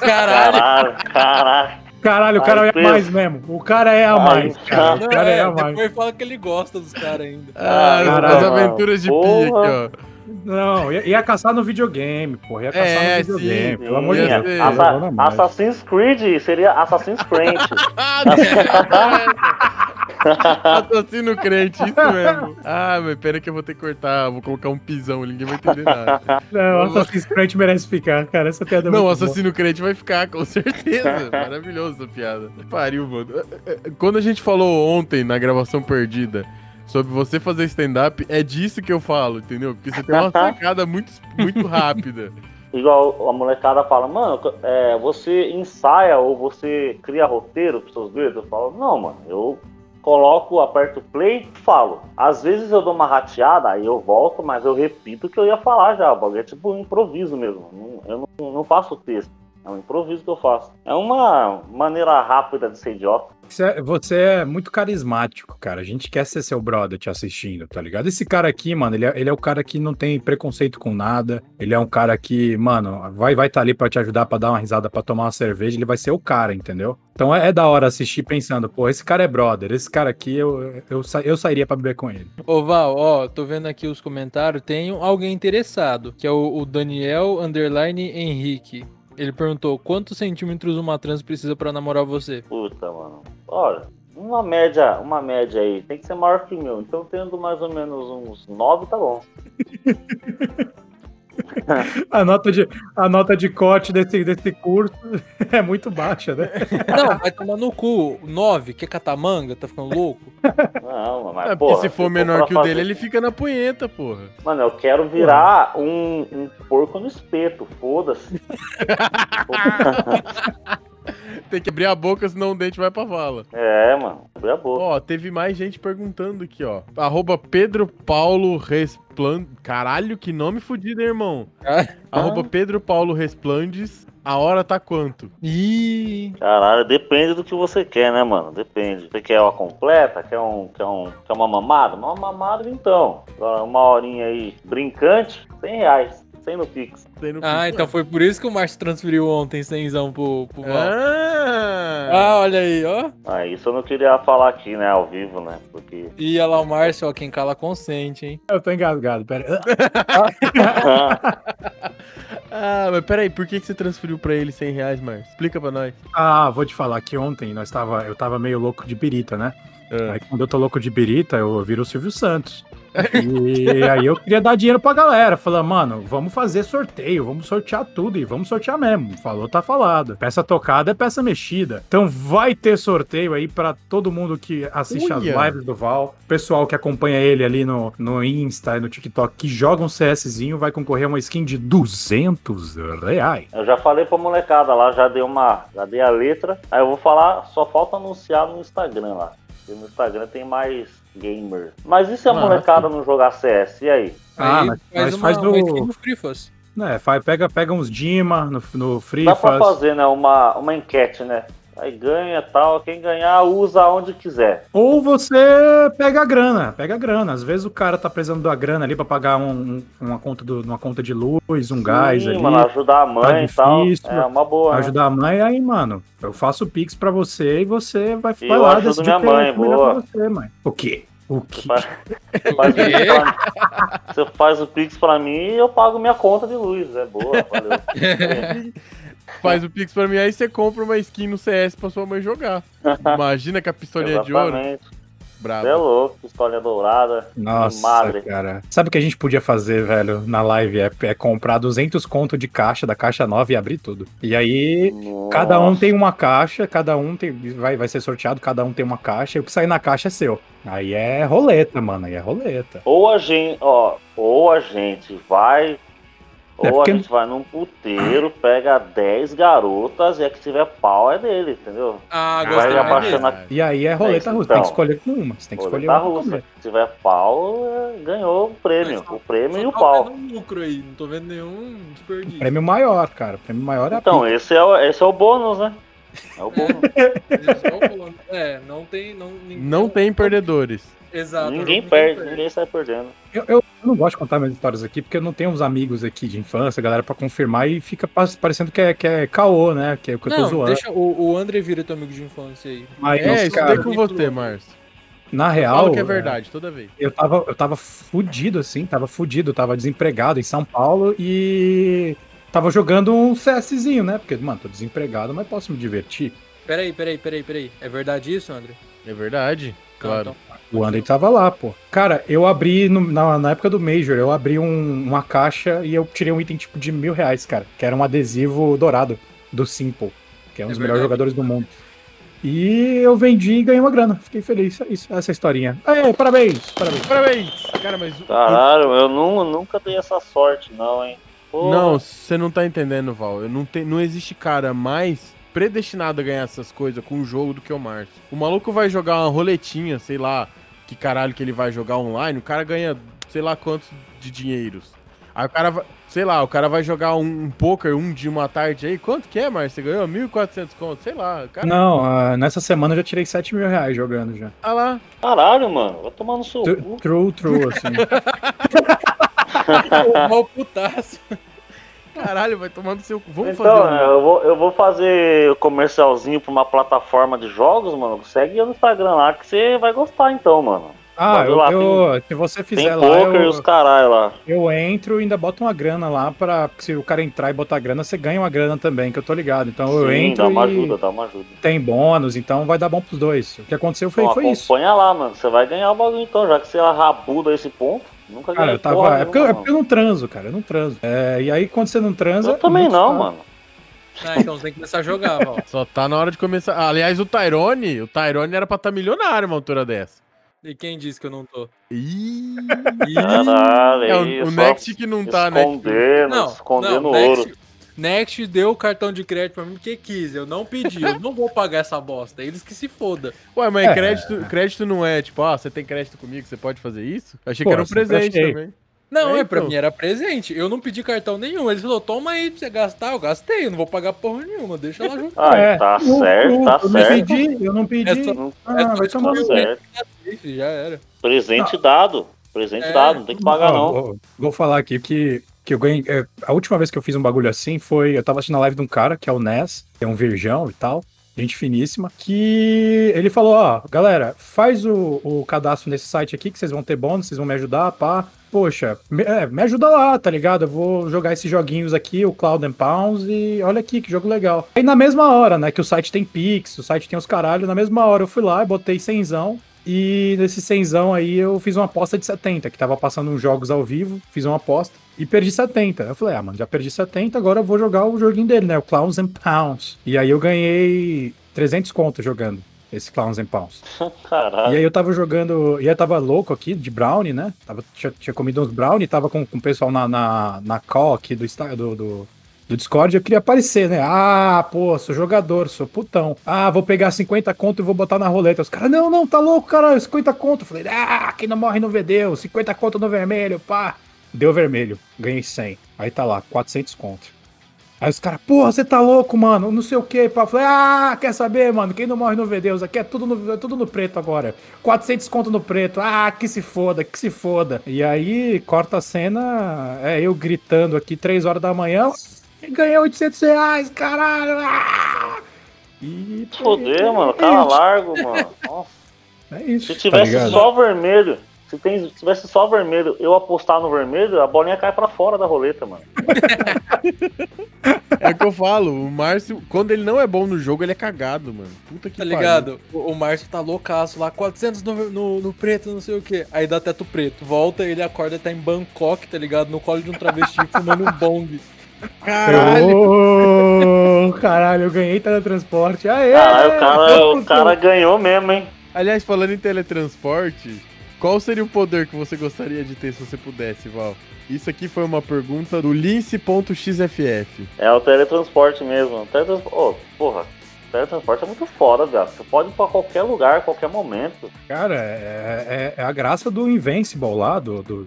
Caralho. Caralho, caralho. Caralho, o cara Ai, é a peso. mais mesmo. O cara é a Ai, mais. Cara. Não, O cara é a é, mais. depois fala que ele gosta dos caras ainda. Ah, as- Caralho, as aventuras de Pi porra. aqui, ó. Não, ia, ia caçar no videogame, porra. Ia caçar É, no videogame, sim, pelo amor de ia Deus. ser. Não Assa- rola mais. Assassin's Creed seria Assassin's Creed. Ah, não. Assassino crente, isso mesmo. Ah, mas pera que eu vou ter que cortar, vou colocar um pisão, ninguém vai entender nada. Não, Assassin's Creed merece ficar, cara. Essa piada é Não, muito boa. o assassino crente vai ficar, com certeza. Maravilhoso essa piada. Pariu, mano. É, Quando a gente falou ontem na gravação perdida sobre você fazer stand-up, é disso que eu falo, entendeu? Porque você tem uma sacada muito, muito rápida. Igual a molecada fala, mano, é, você ensaia ou você cria roteiro pros seus vídeos? Eu falo, não, mano, eu coloco, aperto play e falo. Às vezes eu dou uma rateada, aí eu volto, mas eu repito o que eu ia falar já. O bagulho é tipo um improviso mesmo. Não- Eu não, não faço texto. É um improviso que eu faço. É uma maneira rápida de ser idiota. Você é, você é muito carismático, cara. A gente quer ser seu brother te assistindo, tá ligado? Esse cara aqui, mano, ele é, ele é o cara que não tem preconceito com nada. Ele é um cara que, mano, vai vai tá ali pra te ajudar, pra dar uma risada, pra tomar uma cerveja. Ele vai ser o cara, entendeu? Então é, é da hora assistir pensando, pô, esse cara é brother. Esse cara aqui, eu, eu, sa- eu sairia pra beber com ele. Ô Val, ó, tô vendo aqui os comentários. Tem alguém interessado, que é o, o Daniel Underline Henrique. Ele perguntou: quantos centímetros uma trans precisa pra namorar você? Puta, mano. Olha, uma média, uma média aí. Tem que ser maior que o meu. Então tendo mais ou menos uns 9, tá bom. A nota de, a nota de corte desse, desse curso é muito baixa, né? Não, vai tomar no cu. Nove, que é catamanga, tá ficando louco? Não, mas porra, Ah, porque se for eu menor pra que o dele, fazer- ele fica na punheta, porra. Mano, eu quero virar um, um porco no espeto, foda-se. Tem que abrir a boca, senão o dente vai pra vala. é, mano, abre a boca. Ó, teve mais gente perguntando aqui, ó. Arroba Pedro Paulo Resplan... Caralho, que nome fudido, hein, irmão? Ah. Arroba Pedro Paulo Resplandes. A hora tá quanto? Ih. Caralho, depende do que você quer, né, mano? Depende. Você quer uma completa? Quer, um, quer, um, quer uma mamada? Uma mamada, então. Agora, uma horinha aí brincante, 100 reais. 100 no Pix. Tem no- Ah, então foi por isso que o Márcio transferiu ontem cenzão pro, É. pro Val. Ah! Ah, olha aí, ó. Ah, isso eu não queria falar aqui, né, ao vivo, né? Porque. E olha lá o Márcio, ó, quem cala consente, hein? Eu tô engasgado, pera. Ah, mas peraí, por que, que você transferiu pra ele 100 reais, Márcio? Explica pra nós. Ah, vou te falar que ontem nós tava, eu tava meio louco de birita, né? Aí quando eu tô louco de birita, eu viro o Silvio Santos. E aí eu queria dar dinheiro pra galera. Falar, mano, vamos fazer sorteio, vamos sortear tudo e vamos sortear mesmo. Falou, tá falado. Peça tocada é peça mexida. Então vai ter sorteio aí pra todo mundo que assiste Uia. as lives do Val. Pessoal que acompanha ele ali no, no Insta e no TikTok que joga um CSzinho vai concorrer a uma skin de 200 reais. Eu já falei pra molecada lá, já dei uma. Já dei a letra. Aí eu vou falar, só falta anunciar no Instagram lá. Porque no Instagram tem mais gamer. Mas e se a Ah, molecada não jogar CS? E aí? Ah, Aí mas- faz mas uma, faz uma no- skin no Frifas. É, faz- pega, pega uns Dima no, no Free Dá pra faz- fazer, né? Uma, uma enquete, né? Aí ganha tal. Quem ganhar, usa onde quiser. Ou você pega a grana, pega a grana. Às vezes o cara tá precisando da grana ali pra pagar um- um- uma, conta do- uma conta de luz, um gás Sim, ali, mano, ajudar a mãe e tal. difícil. É uma boa. Né? ajudar a mãe, aí, mano, eu faço o pix pra você e você vai, E vai eu lá ajudo minha quem é mãe, que melhor boa. pra você, mãe. O quê? O quê? Vai. Faz isso pra- Você faz o Pix pra mim e eu pago minha conta de luz. É boa, valeu. Faz o Pix pra mim, aí você compra uma skin no CS pra sua mãe jogar. Imagina com a pistolinha é de ouro. Exatamente. Você é Brabo. louco, história dourada. Nossa, Madre. cara. Sabe o que a gente podia fazer, velho, na live? É, é comprar 200 conto de caixa, da caixa nova e abrir tudo. E aí, Cada um tem uma caixa, cada um tem, vai, vai ser sorteado, cada um tem uma caixa, e o que sair na caixa é seu. Aí é roleta, mano, aí é roleta. Ou a gente, ó, ou a gente vai. Ou É a porque- gente vai num puteiro, pega 10 garotas e a que tiver pau é dele, entendeu? Ah, Vai gostei mais abaixando desse. a- E aí é roleta isso, russa, tem que então. escolher com uma, você tem que escolher Roleta uma. russa. também. Se tiver pau, é, ganhou o prêmio. Mas só- o prêmio e o Só tá pau. vendo um lucro aí, não tô vendo nenhum desperdício. Prêmio maior, cara, prêmio maior é a Então, esse é, o, esse é o bônus, né? É o bônus. Só o bônus. É, não tem. Não, ninguém- Não tem perdedores. Exato. ninguém perde, ninguém sai perdendo. Eu, eu, Eu não gosto de contar minhas histórias aqui, porque eu não tenho uns amigos aqui de infância, galera, pra confirmar, e fica pa- parecendo que é, que é caô, né? Que é o que eu tô Não, zoando. deixa o, o André vira teu amigo de infância aí. Mas, É, isso cara, daí com você, Márcio. na real, Fala que é verdade, toda vez. eu tava, eu tava fudido, assim, tava fudido, tava desempregado em São Paulo e tava jogando um CSzinho, né? Porque, mano, tô desempregado, mas posso me divertir. Peraí, peraí, peraí, peraí. É verdade isso, André? É Então, verdade, claro. então. O André tava lá, pô. Cara, eu abri, no- na, na época do Major, eu abri um- uma caixa e eu tirei um item tipo de mil reais, cara, que era um adesivo dourado do Simple, que é um É dos verdade. melhores jogadores do mundo. E eu vendi e ganhei uma grana. Fiquei feliz, é isso, essa historinha. Aê, parabéns, parabéns. Parabéns! Cara, mas... Caralho, eu nu- nunca dei essa sorte, não, hein? Pô, Não, você não tá entendendo, Val. Eu não, tem, não existe cara mais predestinado a ganhar essas coisas com o jogo do que o Márcio. O maluco vai jogar uma roletinha, sei lá, que caralho que ele vai jogar online, o cara ganha sei lá quantos de dinheiros. Aí o cara vai, sei lá, o cara vai jogar um, um poker um de uma tarde aí, quanto que é, Márcio? Você ganhou 1.400 conto, sei lá. o Cara, Não, ah, nessa semana eu já tirei 7 mil reais jogando já. ah lá. Caralho, mano, vai tomar no seu Tru- cu. True, true, assim. Tá. O mal putaço. Caralho, vai tomando seu... cu. Vamos Então, fazer um... né, eu, vou, eu vou fazer comercialzinho pra uma plataforma de jogos, mano. Segue eu no Instagram lá que você vai gostar, então, mano. Ah, Mas eu, lá eu- se você Tem fizer lá, poker e os eu, caralho lá. eu entro e ainda boto uma grana lá pra. Se o cara entrar e botar grana, você ganha uma grana também, que eu tô ligado. Então eu Sim, entro. dá uma e- ajuda, dá uma ajuda. tem bônus, então vai dar bom pros dois. O que aconteceu foi, Então foi isso. acompanha lá, mano. Você vai ganhar o bagulho então, já que você é rabudo a esse ponto. Nunca Cara, ganhei eu tava. porra é, porque, eu- nenhuma, é porque eu não transo, cara. Eu não transo. É, e aí, quando você não tá. mano. transa. Eu também muito não, fácil. mano. Ah, então você tem que começar a jogar, Val. Só tá na hora de começar. Ah, aliás, o Tyrone, o Tyrone era pra estar milionário uma altura dessa. E quem disse que eu não tô? Ih... Caralho, É, aí, o, o só Next que não tá, né? Escondendo, escondendo ouro. Next, Next deu o cartão de crédito pra mim porque quis. Eu não pedi, eu não vou pagar essa bosta. Eles que se foda. Ué, mas É. crédito, crédito não é tipo, ah, você tem crédito comigo, você pode fazer isso? Eu achei Pô, que era um sempre presente achei. também. Não, É, é, pra então. mim era presente. Eu não pedi cartão nenhum. Eles falaram, toma aí pra você gastar. Eu gastei, eu não vou pagar porra nenhuma. Deixa ela juntar. Ah, É, tá eu- certo, eu, tá eu certo. não pedi, eu não pedi. É só- Ah, é só vai tomar Tá no escolher. cu. certo. Safe, já era. Presente dado. Presente É. dado, não tem que pagar Ó, não. Vou, vou falar aqui que, que eu ganhei. é, a última vez que eu fiz um bagulho assim foi. Eu tava assistindo a live de um cara, que é o Ness, que é um virgão e tal. Gente finíssima, que ele falou: Ó, galera, faz o, o cadastro nesse site aqui que vocês vão ter bônus, vocês vão me ajudar, pá. Poxa, me, é, me ajuda lá, tá ligado? Eu vou jogar esses joguinhos aqui, o Cloud and Pounds, e olha aqui que jogo legal. Aí na mesma hora, né, que o site tem Pix, o site tem os caralho, na mesma hora eu fui lá e botei cenzão, e nesse cenzão aí eu fiz uma aposta de 70, que tava passando uns jogos ao vivo, fiz uma aposta e perdi 70. Eu falei, ah, mano, já perdi 70, agora eu vou jogar o joguinho dele, né? O Clowns and Pounds. E aí eu ganhei 300 conto jogando esse Clowns and Pounds. E Caralho. aí eu tava jogando, e eu tava louco aqui de brownie, né? Tava, tinha, tinha comido uns brownie, tava com, com o pessoal na, na, na call aqui do, Insta- do, do, do Discord, eu queria aparecer, né? Ah, pô, sou jogador, sou putão. Ah, vou pegar 50 conto e vou botar na roleta. Os caras, não, não, tá louco, caralho, 50 conto. Eu falei, ah, quem não morre não vê Deus, 50 conto no vermelho, pá. Deu vermelho, ganhei 100. Aí tá lá, 400 conto. Aí os caras, porra, você tá louco, mano, não sei o que, pá. Eu Falei, ah, quer saber, mano, quem não morre não vê Deus, aqui é tudo no, é tudo no preto agora. 400 conto no preto, ah, que se foda, que se foda. E aí, corta a cena, é eu gritando aqui, 3 horas da manhã, ganhei 800 reais, caralho, ah! E... Foder, mano. é Cara isso, largo, mano. Nossa. É isso, Se tá tivesse ligado? só vermelho, se, tem- se tivesse só vermelho, eu apostar no vermelho, a bolinha cai pra fora da roleta, mano. É o que eu falo, o Márcio, quando ele não é bom no jogo, ele é cagado, mano. Puta que Tá pariu. ligado? O, o Márcio tá loucaço lá, 400 no, no, no preto, não sei o que. Aí dá teto preto. Volta, ele acorda, tá em Bangkok, tá ligado? No colo de um travesti fumando um bong. Caralho, Ô, caralho, eu ganhei teletransporte. Aê! Caralho, o cara, o cara ganhou mesmo, hein? Aliás, falando em teletransporte, qual seria o poder que você gostaria de ter se você pudesse, Val? Isso aqui foi uma pergunta do lince.xff. É o teletransporte mesmo. O Teletrans... Ô, porra, o teletransporte é muito foda, velho. Você pode ir pra qualquer lugar, qualquer momento. Cara, é, é- é a graça do Invincible lá, do, do,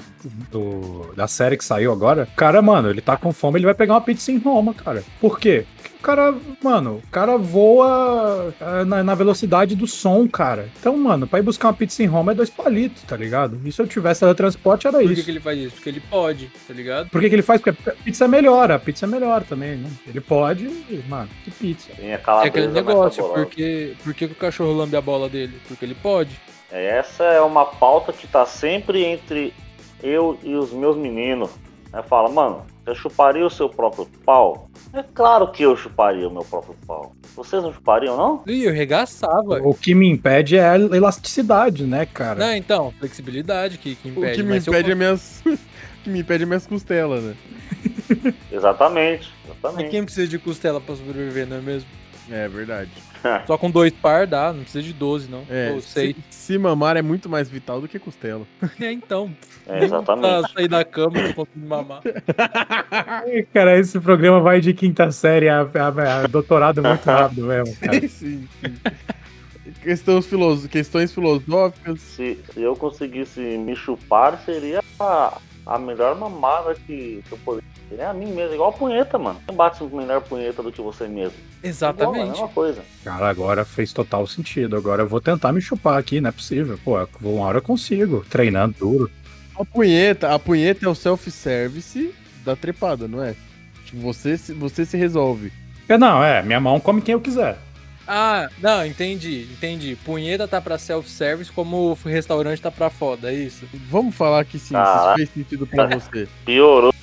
do- da série que saiu agora. Cara, mano, ele tá com fome, ele vai pegar uma pizza em Roma, cara. Por quê? o cara, mano, o cara voa ah, na, na velocidade do som, cara. Então, mano, pra ir buscar uma pizza em Roma é dois palitos, tá ligado? E se eu tivesse teletransporte, era Por que, isso. que ele faz isso? Porque ele pode, tá ligado? Por que, que ele faz? Porque a pizza melhora, a pizza melhora também, né? Ele pode, e, mano, que pizza. Sim, a É calabresa aquele mais negócio, saborosa. porque, por que que o cachorro lambe a bola dele? Porque ele pode. Essa é uma pauta que tá sempre entre eu e os meus meninos. Aí fala, mano, você chuparia o seu próprio pau? É claro que eu chuparia o meu próprio pau. Vocês não chupariam, não? Ih, eu regaçava. O que me impede é a elasticidade, né, cara? Não, então, flexibilidade que, que impede. o que me mas se eu impede é minhas. o que me impede é minhas costelas, né? Exatamente, Mas exatamente. quem precisa de costela pra sobreviver, não é mesmo? É verdade. Só com dois par dá, não precisa de 12, não. É, Ou sei. Se, se mamar é muito mais vital do que costela. É, então. É, exatamente. Pra sair da cama, eu consigo mamar. Ai, Cara, esse programa vai de quinta série a, a- a doutorado muito rápido mesmo, cara. sim, sim. Questões, filoso- Questões filosóficas. Se, se eu conseguisse me chupar, seria a, a melhor mamada que, que eu poderia. É a mim mesmo, igual a punheta, mano. Quem bate melhor punheta do que você mesmo? Igual, é a Exatamente. mesma coisa. Cara, agora fez total sentido. Agora eu vou tentar me chupar aqui, não é possível. Pô, uma hora eu consigo, treinando duro. A punheta, a punheta é o self-service da trepada, não é? Tipo, você, se- você se resolve. É, Não, é, minha mão come quem eu quiser. Ah, não, entendi, entendi. Punheta tá pra self-service como o restaurante tá pra foda, é isso? Vamos falar que sim, Ah. se isso fez sentido pra você. Piorou.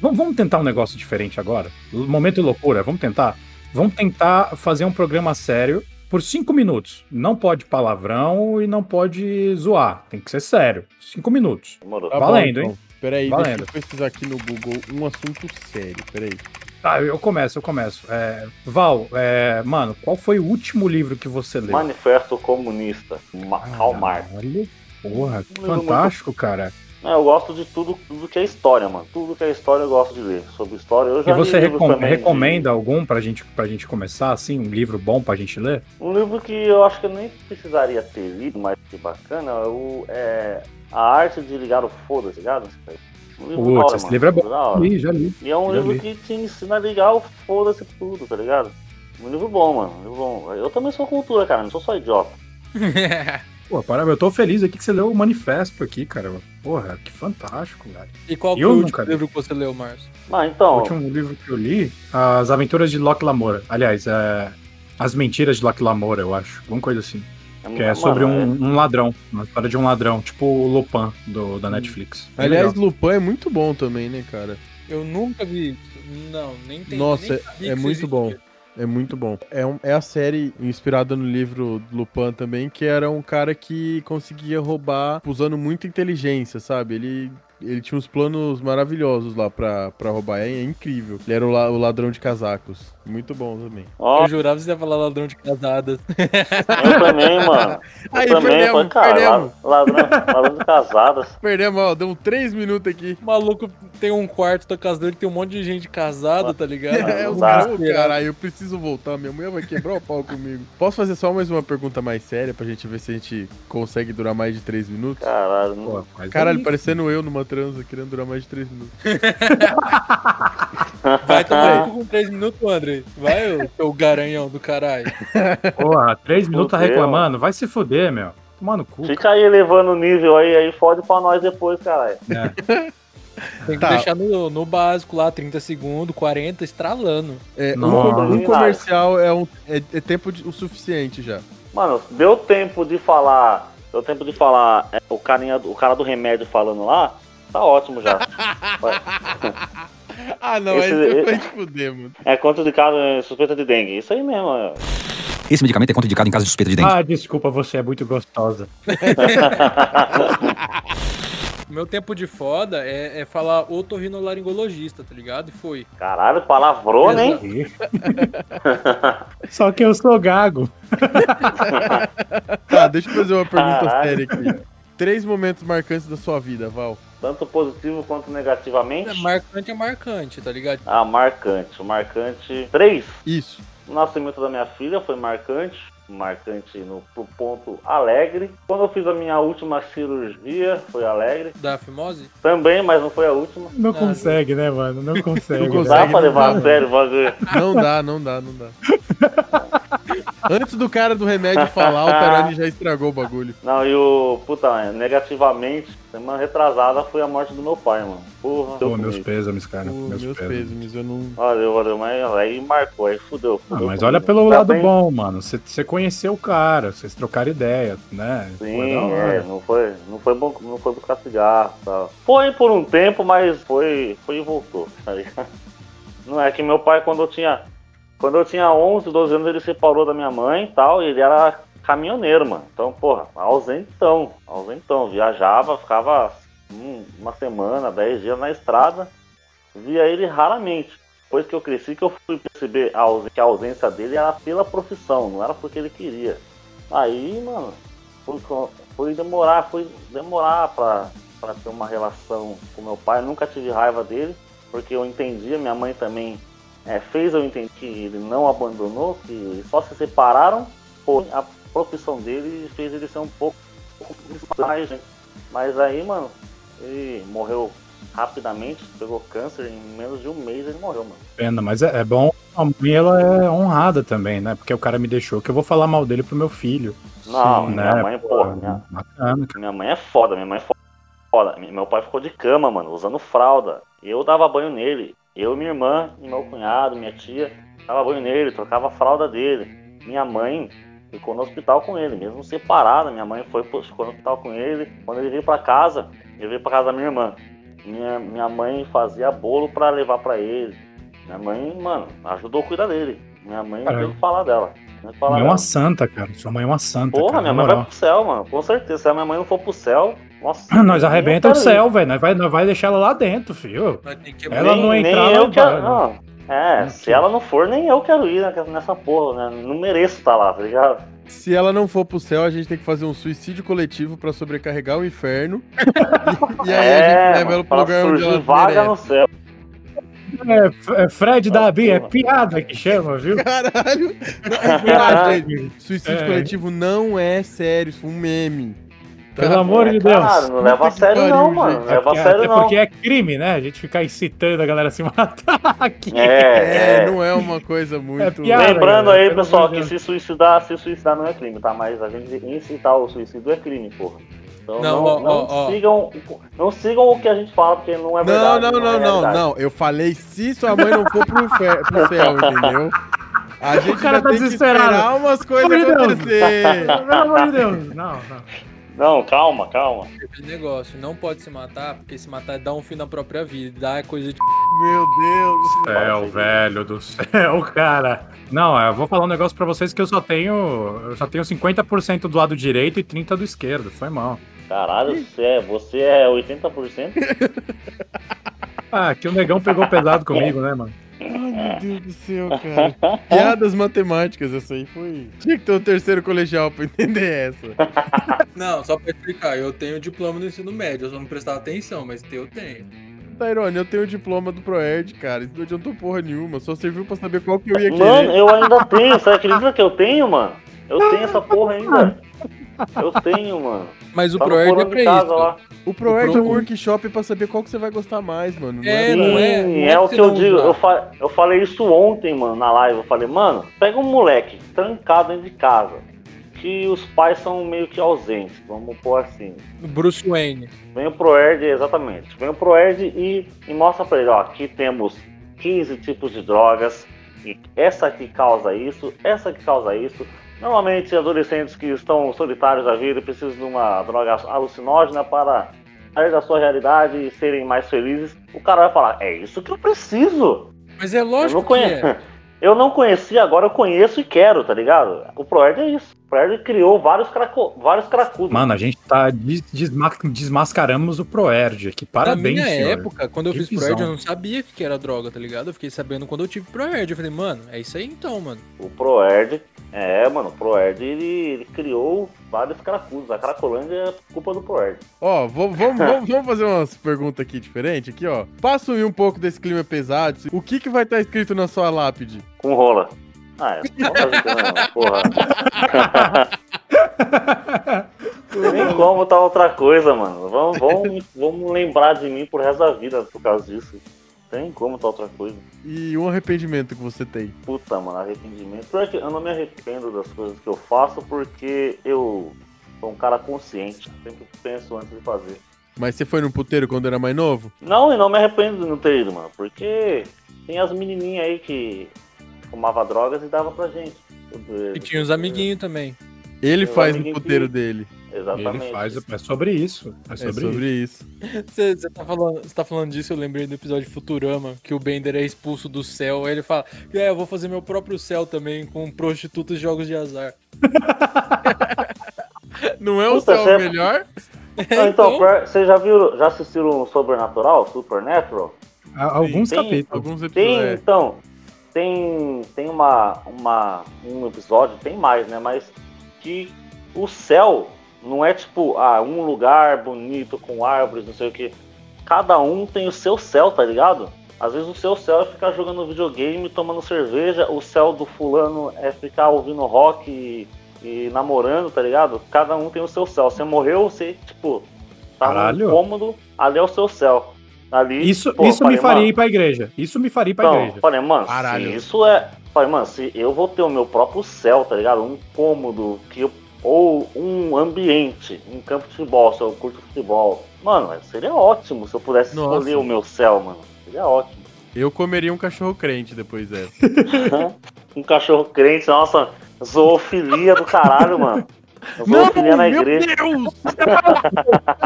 Vamos, vamos tentar um negócio diferente agora? Momento e loucura, vamos tentar? Vamos tentar fazer um programa sério por cinco minutos. Não pode palavrão e não pode zoar. Tem que ser sério. Cinco minutos. Demorou. Tá Valendo, então. Peraí, Valendo. deixa eu pesquisar aqui no Google um assunto sério, peraí. Tá, eu começo, eu começo. É, Val, é, mano, qual foi o último livro que você leu? Manifesto Comunista, Ma Karl Marx. Caralho, porra, que Mano, fantástico, cara. Não, Eu gosto de tudo, tudo que é história, mano. Tudo que é história eu gosto de ler. Sobre história eu já E você li livros recom- também de- recomenda algum pra gente, pra gente começar, assim, um livro bom pra gente ler? Um livro que eu acho que eu nem precisaria ter lido, mas que bacana, é, o, é A Arte de Ligar o Foda-se, tá ligado? Um Putz, da hora, esse mano. livro é bom. Da hora. Ih, já li. E é um Já livro li. que te ensina a ligar o foda-se tudo, tá ligado? Um livro bom, mano. Um livro bom. Eu também sou cultura, cara. Não sou só idiota. Pô, parabéns, eu tô feliz aqui que você leu o manifesto aqui, cara. Porra, que fantástico, cara. e qual Eu que foi o nunca último li. livro que você leu, Márcio? Ah, O então. último livro que eu li, As Aventuras de Locke Lamora. Aliás, é... As Mentiras de Locke Lamora, eu acho. Alguma coisa assim. Que é mano, sobre é- um, um ladrão. Uma história de um ladrão. Tipo o Lupin, do, da Netflix. Bem Aliás, legal. Lupin é muito bom também, né, cara? Eu nunca vi isso. Não, nem entendi. Nossa, nem sabia é que isso muito existia. bom. É muito bom. É, um- é a série inspirada no livro do Lupin também, que era um cara que conseguia roubar usando muita inteligência, sabe? Ele, ele tinha uns planos maravilhosos lá pra, pra roubar. É, é incrível. Ele era o, la- o ladrão de casacos. Muito bom também. é- Ó, Eu jurava que você ia falar ladrão de casadas. eu também, mano. Eu Aí, também, perdemos, foi, cara, perdemos. la- ladrão, ladrão de casadas. Perdemos, ó. Deu três minutos aqui. O maluco tem um quarto da casa dele, tem um monte de gente casada, tá ligado? Não, É, não o dá. cara, ô, caralho, eu preciso voltar. Minha mulher vai quebrar o pau comigo. Posso fazer só mais uma pergunta mais séria pra gente ver se a gente consegue durar mais de três minutos? Caralho, não- Pô, mas Caralho, é parecendo eu numa transa, querendo durar mais de três minutos. Vai tomar no cu com 3 minutos, André. Vai, ô, seu garanhão do caralho. um, Porra, três minutos tá Fudeu. reclamando. Vai se fuder, meu. Tomar no cu. Fica aí elevando o nível aí, aí fode pra nós depois, caralho. né? Tem que Tá. deixar no, no básico lá, 30 segundos, 40, estralando. É, um, Nossa. com- um comercial é, um- é- é tempo de- o suficiente já. Mano, deu tempo de falar. Deu tempo de falar é, o, carinha, do- o cara do remédio falando lá. Tá ótimo já. Ah, não, Esse- aí você e- vai te fuder, mano. É contra de caso é, suspeita de dengue. Isso aí mesmo. É. Esse medicamento é contraindicado em caso de suspeita de dengue. Ah, desculpa, você é muito gostosa. O meu tempo de foda é, é falar otorrinolaringologista, tá ligado? E foi. Caralho, palavrona, hein? Só que eu sou gago. Tá, deixa eu fazer uma pergunta Caralho. séria aqui. Três momentos marcantes da sua vida, Val. Tanto positivo quanto negativamente. É, Marcante é marcante, tá ligado? Ah, marcante. Marcante. Três. Isso. O nascimento da minha filha foi marcante. marcante no pro ponto alegre. Quando eu fiz a minha última cirurgia, foi alegre. Da fimose? Também, mas não foi a última. Não Ah, consegue, né, mano? Não consegue. né? Não Não consegue. dá pra levar não. a sério o bagulho. Não dá, não dá, não dá. Antes do cara do remédio falar, o Tarani já estragou o bagulho. Não, e o. Puta, negativamente, semana retrasada foi a morte do meu pai, mano. Porra, deu Pô, meus comigo. pêsames, cara. Pô, meus pêsames. meus né? pêsames, eu não. Valeu, valeu, mas aí marcou, aí fudeu. Ah, fudeu mas comigo. olha pelo Ainda lado um bem- bom, mano. Você- Você conheceu o cara, vocês trocaram ideia, né? Foi da Sim, hora. é, não foi, não foi bom, não foi buscar cigarro e tal. Foi por um tempo, mas foi, foi e voltou, tá ligado? Não é que meu pai, quando eu tinha, quando eu tinha 11, 12 anos, ele separou da minha mãe e tal, e ele era caminhoneiro, mano. Então, porra, ausentão, ausentão. Viajava, ficava hum, uma semana, 10 dias na estrada, via ele raramente. Depois que eu cresci, que eu fui perceber a ausen- que a ausência dele era pela profissão, não era porque ele queria. Aí, mano, foi, co- foi demorar, foi demorar pra, pra ter uma relação com meu pai. Nunca tive raiva dele, porque eu entendia, minha mãe também é, fez eu entender que ele não abandonou, que só se separaram, porém a profissão dele fez ele ser um pouco, um pouco mais, né? Mas aí, mano, ele morreu rapidamente, pegou câncer, em menos de um mês ele morreu, mano. Pena, mas é, é bom. A mãe, ela é honrada também, né? Porque o cara me deixou, que eu vou falar mal dele pro meu filho. Não, Sim, minha né? mãe, porra, minha, Bacana, Minha mãe é foda, minha mãe é foda. Me- Meu pai ficou de cama, mano, usando fralda. Eu dava banho nele. Eu, minha irmã, e meu cunhado, minha tia, dava banho nele, trocava a fralda dele. Minha mãe ficou no hospital com ele, mesmo separada. Minha mãe foi, pro- ficou no hospital com ele. Quando ele veio pra casa, ele veio pra casa da minha irmã. Minha, minha mãe fazia bolo pra levar pra ele. Minha mãe, mano, ajudou a cuidar dele. Minha mãe não tem o que falar dela. Não tem o que falar Minha mãe é dela. uma santa, cara. Sua mãe é uma santa. Porra, cara, minha na mãe vai moral. pro céu, mano. Com certeza. Se a minha mãe não for pro céu, nossa. Nós nem arrebenta o quero ir. céu, velho. Nós vai, nós vai deixar ela lá dentro, filho. Vai ter que Ela não nem, entrar, nem ela eu quero. vai, Não. É, Não se sei. ela não for, nem eu quero ir né, nessa porra, né? Não mereço estar lá, tá ligado? Se ela não for pro céu, a gente tem que fazer um suicídio coletivo pra sobrecarregar o inferno. E, e aí a gente leva É, ela pro pra lugar onde surgir ela vaga merece. no céu. É, F- é Fred da Ah, Abi, é porra. piada que chama, viu? Caralho! Não, viagem, gente. Suicídio É. coletivo não é sério, isso é um meme. tá? Pelo amor É, de Deus. Caralho, não leva a que sério, pariu, não, gente. mano. Não leva a Até- sério, até não. porque é crime, né? A gente ficar incitando a galera a se matar aqui. É, É, é. não é uma coisa muito. piada. Lembrando cara, aí, pelo pessoal, amor de que Deus. se suicidar, se suicidar não é crime, tá? Mas a gente incitar o suicídio é crime, porra. Então Não, não, ó, não ó, ó. sigam, não sigam o que a gente fala, porque não é Não, verdade. não, é não, não, realidade. não. Eu falei se sua mãe não for pro, fe- pro céu, entendeu? A gente cara já tá tem que desesperado. esperar umas coisas Meu Deus. acontecer. Pelo amor de Deus. Não, não. Não, calma, calma. Aquele negócio, não pode se matar, porque se matar é dar um fim na própria vida, dar é coisa de Meu Deus. Céu, É, velho do céu, cara. Não, eu vou falar um negócio pra vocês que eu só tenho. Eu só tenho 50% do lado direito e 30% do esquerdo. Foi mal. Caralho, você é, você é 80%? Ah, que o negão pegou pesado comigo, né, mano? Ai, meu Deus do céu, cara. É? Piadas matemáticas, essa aí foi. Tinha que ter um terceiro colegial pra entender essa. Não, só pra explicar, eu tenho diploma do ensino médio, eu só não prestava atenção, mas eu tenho. Tairone, eu tenho o diploma do ProErd, cara. Isso não adiantou porra nenhuma. Só serviu pra saber qual que eu ia querer. Mano, eu ainda tenho. Você acredita que eu tenho, mano? Eu tenho essa porra ainda. Eu tenho, mano. Mas o Tá no ProErd é porão de pra casa isso. lá. o ProErd Pro- é um workshop pra saber qual que você vai gostar mais, mano. Não É, não é- Sim, não é é o que que eu não digo. dá. Eu, fa- eu falei isso ontem, mano, na live. Eu falei, mano, pega um moleque trancado dentro de casa. Que os pais são meio que ausentes, vamos pôr assim. Bruce Wayne. Vem o Proerd, exatamente. Vem o Proerd e, e mostra pra ele, ó, aqui temos 15 tipos de drogas, e essa que causa isso, essa que causa isso. Normalmente adolescentes que estão solitários da vida precisam de uma droga alucinógena para sair da sua realidade e serem mais felizes. O cara vai falar, é isso que eu preciso. Mas é Eu lógico não que conheço. é. Eu não conhecia, agora eu conheço e quero, tá ligado? O Proerd é isso. O Proerd criou vários, craco... vários cracudos. Mano, a gente tá. des- desma- desmascaramos o Proerd aqui. Parabéns, Na minha senhor. época, quando eu Que fiz visão. Proerd, eu não sabia o que que era droga, tá ligado? Eu fiquei sabendo quando eu tive Proerd. Eu falei, mano, é isso aí então, mano. O Proerd, é, mano, o Proerd ele, ele criou vários cracudos. A Cracolândia é culpa do Proerd. Ó, vou- vamos, vamos, vamos fazer umas perguntas aqui diferentes, aqui, tá ó. Passa um pouco desse clima pesado. O que que vai estar escrito na sua lápide? Com rola. Ah, é. Lógico, porra. Nem como tá outra coisa, mano. Vamos, vamos, vamos lembrar de mim pro resto da vida por causa disso. Tem como tá outra coisa. E um arrependimento que você tem? Puta, mano, arrependimento. Pior que eu não me arrependo das coisas que eu faço porque eu sou um cara consciente. Sempre penso antes de fazer. Mas você foi num puteiro quando era mais novo? Não, e não me arrependo de não ter ido, mano. Porque tem as menininhas aí que fumava drogas e dava pra gente. E tinha os amiguinhos também. Ele Eu faz no amiguinho puteiro que- dele. Exatamente. Ele faz, é sobre isso. É É sobre, sobre isso. Você você tá, falando- você tá falando disso, eu lembrei do episódio de Futurama, que o Bender é expulso do céu. Aí ele fala, é, eu vou fazer meu próprio céu também com prostitutas e jogos de azar. Não é o Puta, céu você- melhor? Não, então, Então- pior- você já viu, já assistiu um Sobrenatural, Supernatural? Há Alguns Tem capítulos. Alguns Tem, é. episódios. é. então, tem, tem uma, uma, um episódio, tem mais, né? Mas que o céu não é tipo, ah, um lugar bonito com árvores, não sei o que. Cada um tem o seu céu, tá ligado? Às vezes o seu céu é ficar jogando videogame, tomando cerveja, o céu do fulano é ficar ouvindo rock e, e namorando, tá ligado? Cada um tem o seu céu. Você morreu, você, tipo, tá Caralho. num cômodo, ali é o seu céu. Ali, Isso, pô, isso me falei, faria mano, ir pra igreja. Isso me faria ir pra então, igreja. falei, mano, Caralho. se isso é. Falei, mano, se eu vou ter o meu próprio céu, tá ligado? Um cômodo que eu- ou um ambiente, um campo de futebol, se eu curto futebol. Mano, seria ótimo se eu pudesse Nossa. escolher o meu céu, mano. Seria ótimo. Eu comeria um cachorro crente depois dessa. um cachorro crente, nossa, zoofilia do caralho, mano. Zoofilia na meu igreja. Deus!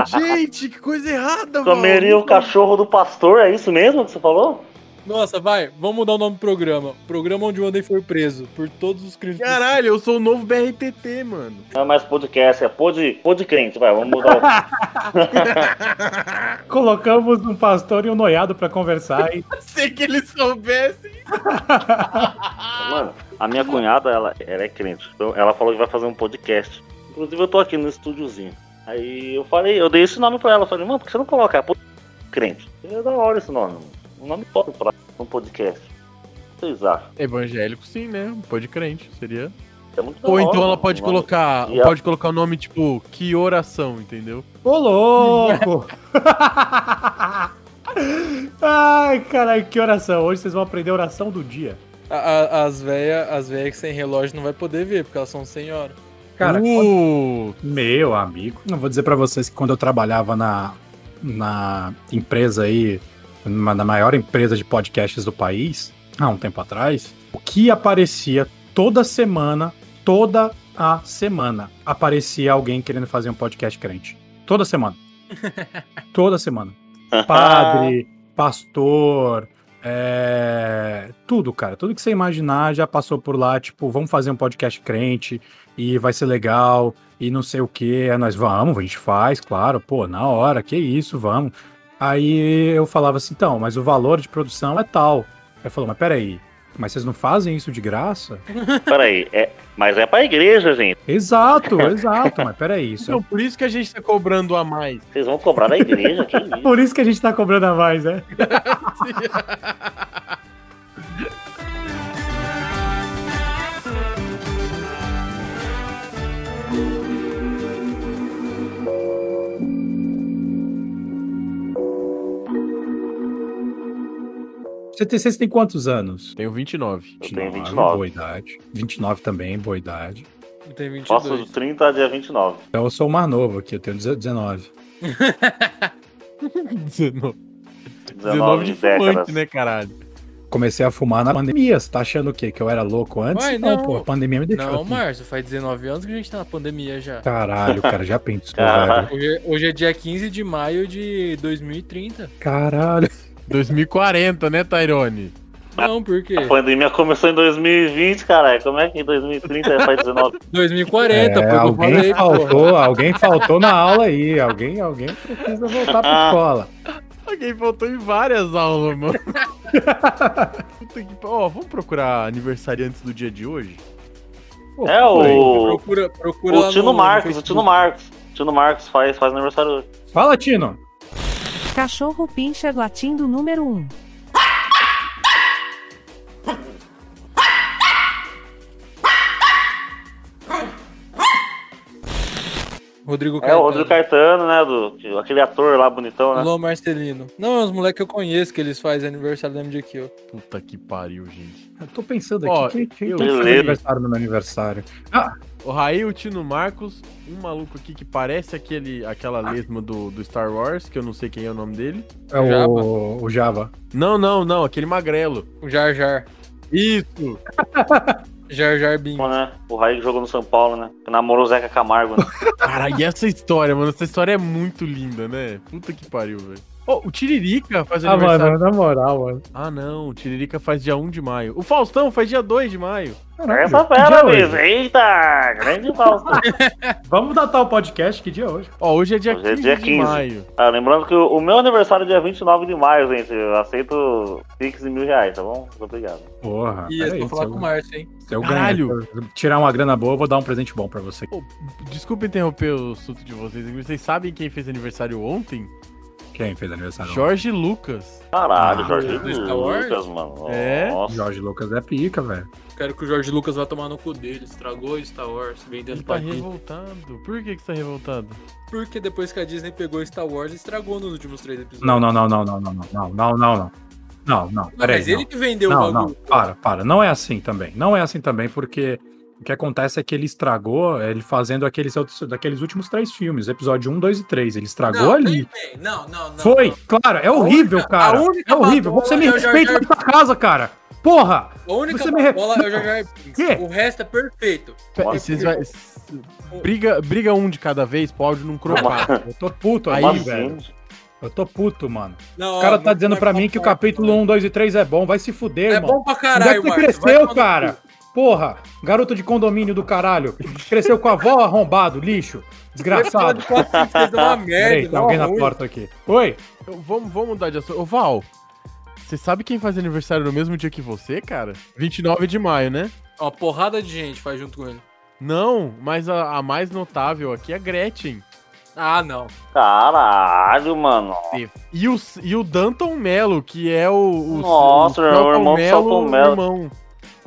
Gente, que coisa errada, Comeria um o mano. cachorro do pastor, é isso mesmo que você falou? Nossa, vai, vamos mudar o nome do programa. Programa onde o Andrei foi preso por todos os crimes. Caralho, eu sou o novo BRTT, mano. Não é mais podcast, é pod, pod crente, vai, vamos mudar o. Colocamos um pastor e um noiado pra conversar. E... Sei que ele soubesse. Mano, a minha cunhada, ela, ela é crente. Então, Ela falou que vai fazer um podcast. Inclusive, eu tô aqui no estúdiozinho. Aí eu falei, eu dei esse nome pra ela. Eu Falei, mano, por que você não coloca é pod- crente? É da hora esse nome. mano. Um nome top pra um podcast. O que vocês acham? Evangélico, sim, né? Pode crente, seria. É muito da Ou hora, então ela mano, pode um nome. colocar, E a- pode colocar o nome tipo que oração, entendeu? Ô, louco! Ai, caralho, que oração. Hoje vocês vão aprender a oração do dia. A- a- as velhas as véia que sem relógio não vai poder ver, porque elas são senhora. Cara, Uh, Meu amigo, eu vou dizer pra vocês que quando eu trabalhava na, na empresa aí, numa- na maior empresa de podcasts do país, há um tempo atrás, o que aparecia toda semana, toda a semana, aparecia alguém querendo fazer um podcast crente. Toda semana. toda semana. um Padre, pastor, é, tudo, cara. Tudo que você imaginar já passou por lá, tipo, vamos fazer um podcast crente e vai ser legal e não sei o que. Aí nós vamos, a gente faz, claro, pô, na hora, que isso, vamos. Aí eu falava assim, então, mas o valor de produção é tal. Aí falou, mas peraí, mas vocês não fazem isso de graça? Peraí, é... mas é pra igreja, gente. Exato, exato, mas peraí, isso é então, por isso que a gente tá cobrando a mais. Vocês vão cobrar da igreja, que isso? Por isso que a gente tá cobrando a mais, né? Você tem, vocês têm quantos anos? Tenho 29. Eu tenho 29. Boa idade. 29 também, boa idade. E Tem 22. Faço do 30 a dia 29. Então eu sou o mais novo aqui, eu tenho 19. 19, 19 de de décadas. fumante, né, caralho? Comecei a fumar na pandemia. Você tá achando o quê? Que eu era louco antes? Uai, não, não. pô, a pandemia me deixou. Não, assim. Márcio, faz 19 anos que a gente tá na pandemia já. Caralho, cara, já pensou, Caralho. velho? Hoje, é- hoje é dia 15 de maio de 2030. Caralho. 2040, né, Tyrone? Ah, Não, por quê? A pandemia começou em 2020, caralho. Como é que em 2030 é pra 19? 2040, É, foi o que eu alguém falei, pô. faltou, alguém faltou na aula aí. Alguém, alguém precisa voltar pra escola. Alguém voltou em várias aulas, mano. Puta que pa- Ó, vamos procurar aniversariantes do dia de hoje? Pô, É o. Procura, procura lá O Tino né, no- no Marcos, o tipo Facebook. Tino Marcos. O Tino Marcos faz, faz aniversário hoje. Fala, Tino. Cachorro Pincher latindo um. número 1. Rodrigo É Caetano. o Rodrigo Caetano, né? Do, que- aquele ator lá bonitão, né? Luan Marcelino. Não, é os moleques que eu conheço que eles fazem aniversário da MJQ. Puta que pariu, gente. Eu tô pensando Ó, aqui, quem, quem, eu- quem faz Beleza. aniversário no meu aniversário? O Raí, o Tino Marcos, um maluco aqui que parece aquele, aquela lesma do, do Star Wars, que eu não sei quem é o nome dele. É o, o Java. Não, não, não, aquele magrelo. O Jar Jar. Isso! Jar Jar Binks. Bom, né? O Raí que jogou no São Paulo, né? Que namorou o Zeca Camargo, né? Cara, e essa história, mano? Essa história é muito linda, né? Puta que pariu, velho. Ô, o Tiririca faz Ah, aniversário. mano, na moral, mano. Ah, não, o Tiririca faz dia 1 de maio. O Faustão faz dia 2 de maio. Caralho, Essa que dia fera, hoje? bicho. Eita! Grande Fausto. Vamos datar o podcast, que dia é hoje? Ó, hoje é dia, Hoje é 15, dia de 15. maio. Ah, lembrando que o o meu aniversário é dia 29 de maio, gente. Eu aceito Pix e mil reais, tá bom? Muito obrigado. Porra, E eu peraí, vou se falar eu, com o Márcio, hein? se eu ganhar, se Caralho. eu tirar uma grana boa, eu vou dar um presente bom pra você. Ô, desculpa interromper o assunto de vocês, mas vocês sabem quem fez aniversário ontem? Quem fez Ah, aniversário? Jorge Lucas. Caralho, Ah, Jorge do Star Wars? Lucas, mano. É? Nossa. Jorge Lucas é pica, velho. Quero que o Jorge Lucas vá tomar no cu dele. Estragou Star Wars, Ele vendendo tá pra Disney. revoltado. Por que que você tá revoltado? Porque depois que a Disney pegou Star Wars, estragou nos últimos três episódios. Não, não, não, não, não, não, não, não, não, não. Não, não, Não, peraí. mas ele não. que vendeu Não, não, o bagulho. para, para. Não é assim também. Não é assim também, porque o que acontece é que ele estragou é, ele fazendo aqueles, outros- daqueles últimos três filmes, episódio 1, 2 e 3. Ele estragou Não, ali. nem vem. Não, não, não. Foi, não. claro, é horrível, única- cara. a única É horrível. patroa Você me é o Jar respeita Jar na tua casa, cara. Porra! A única Você me bola re- é o Jar Jar Binks. Quê? O resto é perfeito. Pera, Olha, vocês vai... Briga, briga um de cada vez pro áudio não cropar. Eu tô puto Aí, tá aí, Como assim? velho. Eu tô puto, mano. Não, O ó, cara tá não dizendo vai pra mim que o contar, capítulo mano. 1, 2 e 3 é bom. Vai se fuder, É mano. bom Onde pra é que caralho, você Márcio. Vai tomar cresceu, no cara? cu. Porra, garoto de condomínio do caralho. Cresceu com a avó arrombado, lixo. Desgraçado. Episódio 4, 5, 6 é uma Peraí, merda. tem alguém na ruim. porta aqui. Oi? Eu- vamos, vamos mudar de assunto. Ô, Val, você sabe quem faz aniversário no mesmo dia que você, cara? 29 de maio, né? Uma porrada de gente faz junto com ele. Não, mas a, a mais notável aqui é a Gretchen. Ah, não. Caralho, mano. E o, e o Danton Mello, que é o. o Nossa, o o irmão do Selton Mello. Irmão.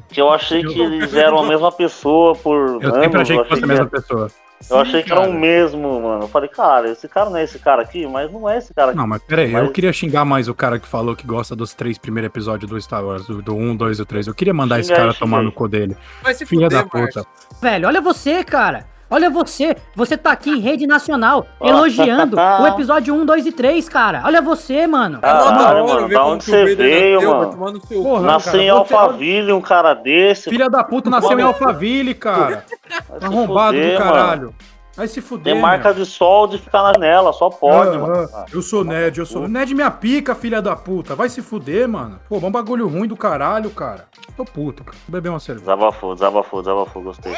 Que eu achei que eles eram a mesma pessoa por Eu anos. sempre achei que fosse a que mesma era- pessoa. Eu achei Sim, que era um o cara. mesmo, mano. Eu falei, cara, esse cara não é esse cara aqui, mas não é esse cara aqui. Não, mas peraí, eu Mas- queria xingar mais o cara que falou que gosta dos três primeiros episódios do Star Wars, do, do 1, 2 e 3. Eu queria mandar esse Xinga aí, cara xinga tomar aí. no cu dele. Vai se Filha da fuder, puta. Márcio. Velho, olha você, cara. Olha você. Você tá aqui em rede nacional elogiando o episódio 1, 2 e 3, cara. Olha você, mano. É mó da Caralho, hora mano. ver Da como onde que o você Vader veio, nasceu, vai mano? tomar no seu cu. Porra, Nasceu em cara, você- é Alphaville um cara desse. Filha da puta nasceu em Alphaville, cara. vai se Arrombado fuder, do mano. caralho. Vai se fuder. Tem marca de sol de ficar na janela, só pode, Ah, mano. ah, Eu sou Ned, eu sou. Ned minha pica, filha da puta. Vai se fuder, mano. Pô, mas um bagulho ruim do caralho, cara. Tô puto, cara. Vou beber uma cerveja. Desabafou, desabafou, desabafou, gostei.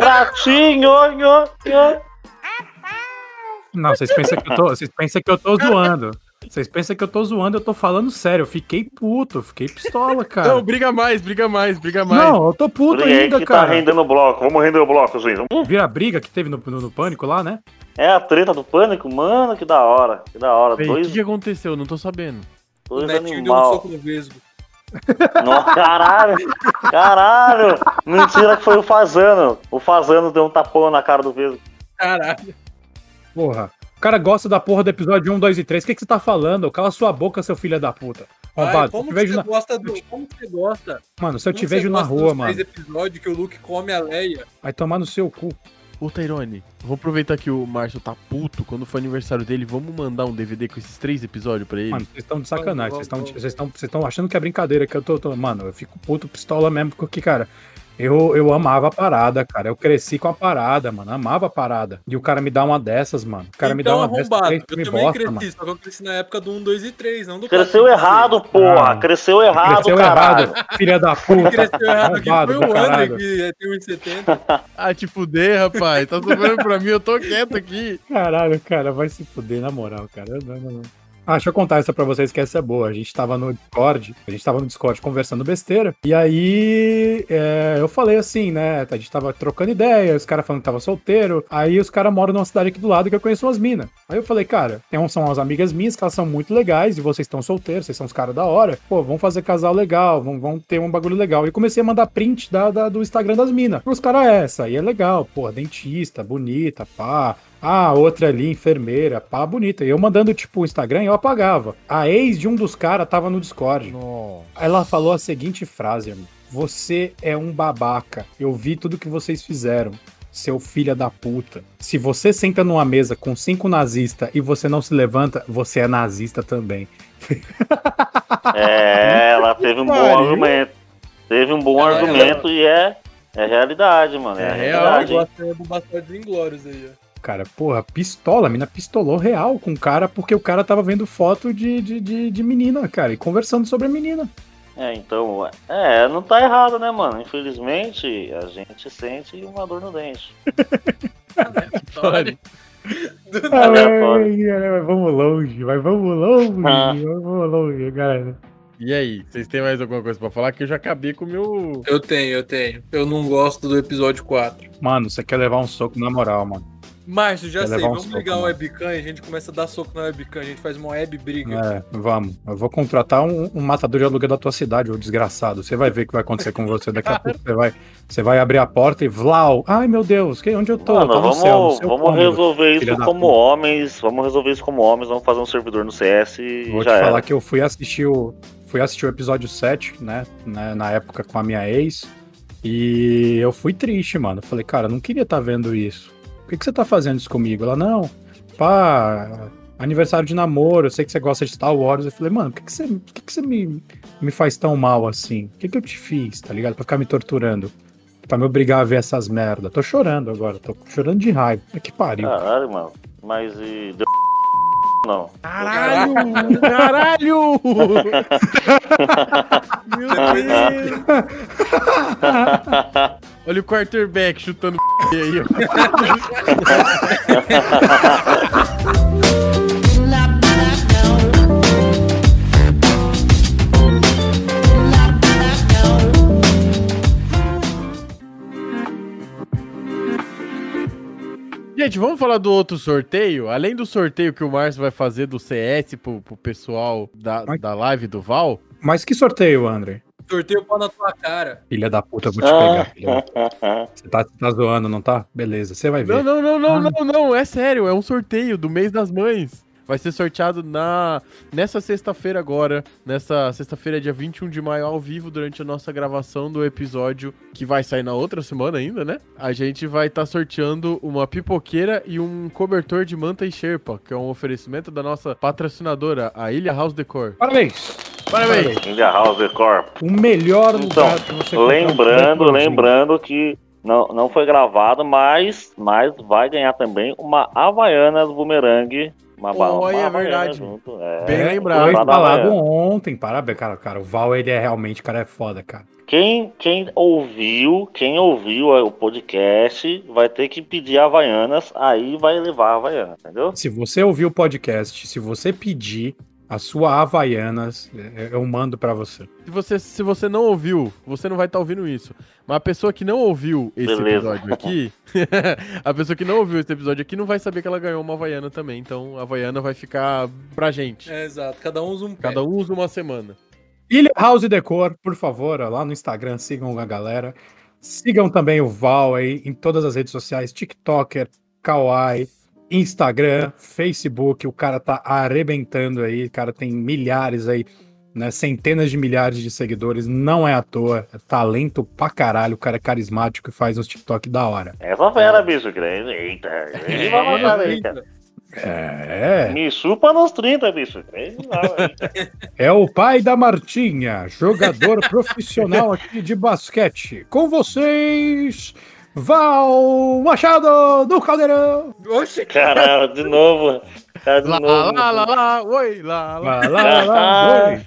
Ratinho, nho, nho. Não, vocês pensam que eu tô. Vocês pensam que eu tô zoando. Vocês pensam que eu tô zoando, eu tô falando sério. Eu fiquei puto, eu fiquei pistola, Não, cara. briga mais, briga mais, briga mais. Não, eu tô puto Por aí ainda, que tá cara. rendendo o bloco. Vamos render o bloco, gente. Vira a briga que teve no, no- no pânico lá, né? É a treta do pânico? Mano, que da hora. Que da hora. Véi, O que, dois que aconteceu? Não tô sabendo. O dois Netinho deu um animal. soco no Vesgo. Nossa, caralho. Caralho. Mentira que foi o Fazano. O Fazano deu um tapão na cara do Vesgo. Caralho. Porra. O cara gosta da porra do episódio 1, 2 e 3. O que, que você tá falando? Cala sua boca, seu filho da puta. Ai, Rombado, como te que vejo você na... gosta do... Como que você gosta? Mano, se eu te Como vejo você na gosta rua, dos mano, três episódios que o Luke come a Leia. vai tomar no seu cu. Ô, Tairone, vou aproveitar que o Márcio tá puto. Quando for aniversário dele, vamos mandar um DVD com esses três episódios pra ele? Mano, vocês estão de sacanagem. Vamos, Vocês estão, vamos, vocês estão, vocês estão achando que é brincadeira que eu tô, tô- Mano, eu fico puto pistola mesmo, porque, cara, eu, eu amava a parada, cara. Eu cresci com a parada, mano. Amava a parada. E o cara me dá uma dessas, mano. O cara me dá uma dessas, Então, três, arrombado. Eu me também bosta, cresci, mano. só que eu cresci na época do 1, 2 e 3, não do Cresceu 4, errado, porra. Cresceu errado, Ah. Cresceu caralho. errado, filha da 5, puta. 6. Cresceu errado aqui Arrombado foi do o caralho. André que é, tem 1,70. Ah, te fuder, rapaz. Tá sobrando pra mim, eu tô quieto aqui. Caralho, cara, vai se fuder, na moral, cara. Eu não- não- não. Ah, deixa eu contar essa pra vocês que essa é boa. A gente tava no Discord, a gente tava no Discord conversando besteira, e aí é, eu falei assim, né? A gente tava trocando ideia, os caras falando que tava solteiro, aí os caras moram numa cidade aqui do lado que eu conheço umas minas. Aí eu falei, cara, tem um, são umas amigas minhas que elas são muito legais e vocês estão solteiros, vocês são os caras da hora, pô, vão fazer casal legal, vão, vão ter um bagulho legal. E comecei a mandar print da, da- do Instagram das minas. Os caras, é, essa aí é legal, pô, dentista, bonita, pá, ah, outra ali, enfermeira, pá, bonita. E eu mandando, tipo, o Instagram, eu apagava. A ex de um dos caras tava no Discord. Ela falou a seguinte frase, irmão. Você é um babaca. Eu vi tudo que vocês fizeram. Seu filho da puta. Se você senta numa mesa com cinco nazistas e você não se levanta, você é nazista também. É, ela teve um bom pariu. argumento. Teve um bom Ela- argumento e é, é realidade, mano. É, É real, realidade. igual é do Bastardos Inglórios aí, ó. Cara, porra, pistola, a mina pistolou real com o cara porque o cara tava vendo foto de, de, de, de menina, cara, e conversando sobre a menina. É, então, é, não tá errado, né, mano? Infelizmente, a gente sente uma dor no dente. Olha, Aleatório. Ai, ai, né? vamos longe, mas vamos longe, Ah. mas vamos longe, cara. E aí, vocês têm mais alguma coisa pra falar? Que eu já acabei com o meu. Eu tenho, eu tenho. Eu não gosto do episódio 4. Mano, você quer levar um soco na moral, mano. Márcio, já Quer sei, levar um vamos soco, ligar o mano. webcam e a gente começa a dar soco na webcam, a gente faz uma web briga. É, vamos. Eu vou contratar um, um matador de aluguel da tua cidade, ô desgraçado. Você vai ver o que vai acontecer com você daqui a pouco. Você vai, você vai abrir a porta e vlau. Ai, meu Deus, que, onde eu tô? Tá Eu Mano, tô vamos, vamos cômodo. resolver filha isso da como puta. homens. Vamos resolver isso como homens. Vamos fazer um servidor no CS e Vou já te falar era. que eu fui assistir o fui assistir o episódio 7, né, né, na época com a minha ex, e eu fui triste, mano. Falei, cara, eu não queria estar vendo isso. Por que, que você tá fazendo isso comigo? Ela, não, pá, aniversário de namoro, eu sei que você gosta de Star Wars. Eu falei, mano, por que, que você, por que, que você me, me faz tão mal assim? O que, que eu te fiz, tá ligado? Pra ficar me torturando. Pra me obrigar a ver essas merda. Tô chorando agora, tô chorando de raiva. Puta Que pariu. Caralho, mano. Mas e. Deu... Não. Caralho! Caralho! meu Deus! Olha o quarterback chutando aí, ó. Gente, vamos falar do outro sorteio? Além do sorteio que o Márcio vai fazer do CS pro, pro pessoal da, Mas- da live do Val, Mas que sorteio, André? Sorteio o pau na tua cara. Filha da puta, eu vou te Ah, pegar, filha da Você tá, você tá zoando, não tá? Beleza, você vai ver. Não, não, não, não, Ah. não, não, é sério, é um sorteio do mês das mães. Vai ser sorteado na nessa sexta-feira agora, nessa sexta-feira, dia 21 de maio, ao vivo, durante a nossa gravação do episódio, que vai sair na outra semana ainda, né? A gente vai estar sorteando uma pipoqueira e um cobertor de manta e Sherpa, que é um oferecimento da nossa patrocinadora, a Ilha House Decor. Parabéns! Parabéns! India House Corp. O melhor Então, lugar pra você comprar um Lembrando, cobertorzinho. lembrando que não, não foi gravado, mas, mas vai ganhar também uma Havaianas Boomerang. Uma, ba- Oh, uma é Havaiana verdade. junto. É. Bem lembrado. Foi Lá da falado Havaiana. ontem, parabéns, cara, cara. O Val, ele é realmente, cara, é foda, cara. Quem, quem ouviu, quem ouviu o podcast vai ter que pedir Havaianas, aí vai levar a Havaiana, entendeu? Se você ouviu o podcast, se você pedir a sua Havaianas, é, eu- eu mando pra você. Se você, se você não ouviu, você não vai estar ouvindo isso. Mas a pessoa que não ouviu esse Beleza. episódio aqui. a pessoa que não ouviu esse episódio aqui não vai saber que ela ganhou uma Havaiana também. Então a Havaiana vai ficar pra gente. É, exato. Cada um usa um pé. Cada um usa uma semana. Ilha House Decor, por favor, ó, lá no Instagram, sigam a galera. Sigam também o Val aí em todas as redes sociais, TikToker, Kawaii, Instagram, Facebook, o cara tá arrebentando aí, o cara tem milhares aí, né, centenas de milhares de seguidores, não é à toa, é talento pra caralho, o cara é carismático e faz uns TikTok da hora. Essa É. fera, bicho grande. Eita, um ele vai matar aí, cara. É, Me chupa nos 30, bicho. Ele vai, né? hein? é o pai da Martinha, jogador profissional aqui de basquete. Com vocês, Val Machado do Caldeirão! Oxi, Caralho, de novo. Cara, de Lá, É novo. né? lá, lá, lá, oi, lá, lá. Vai lá, lá, vai.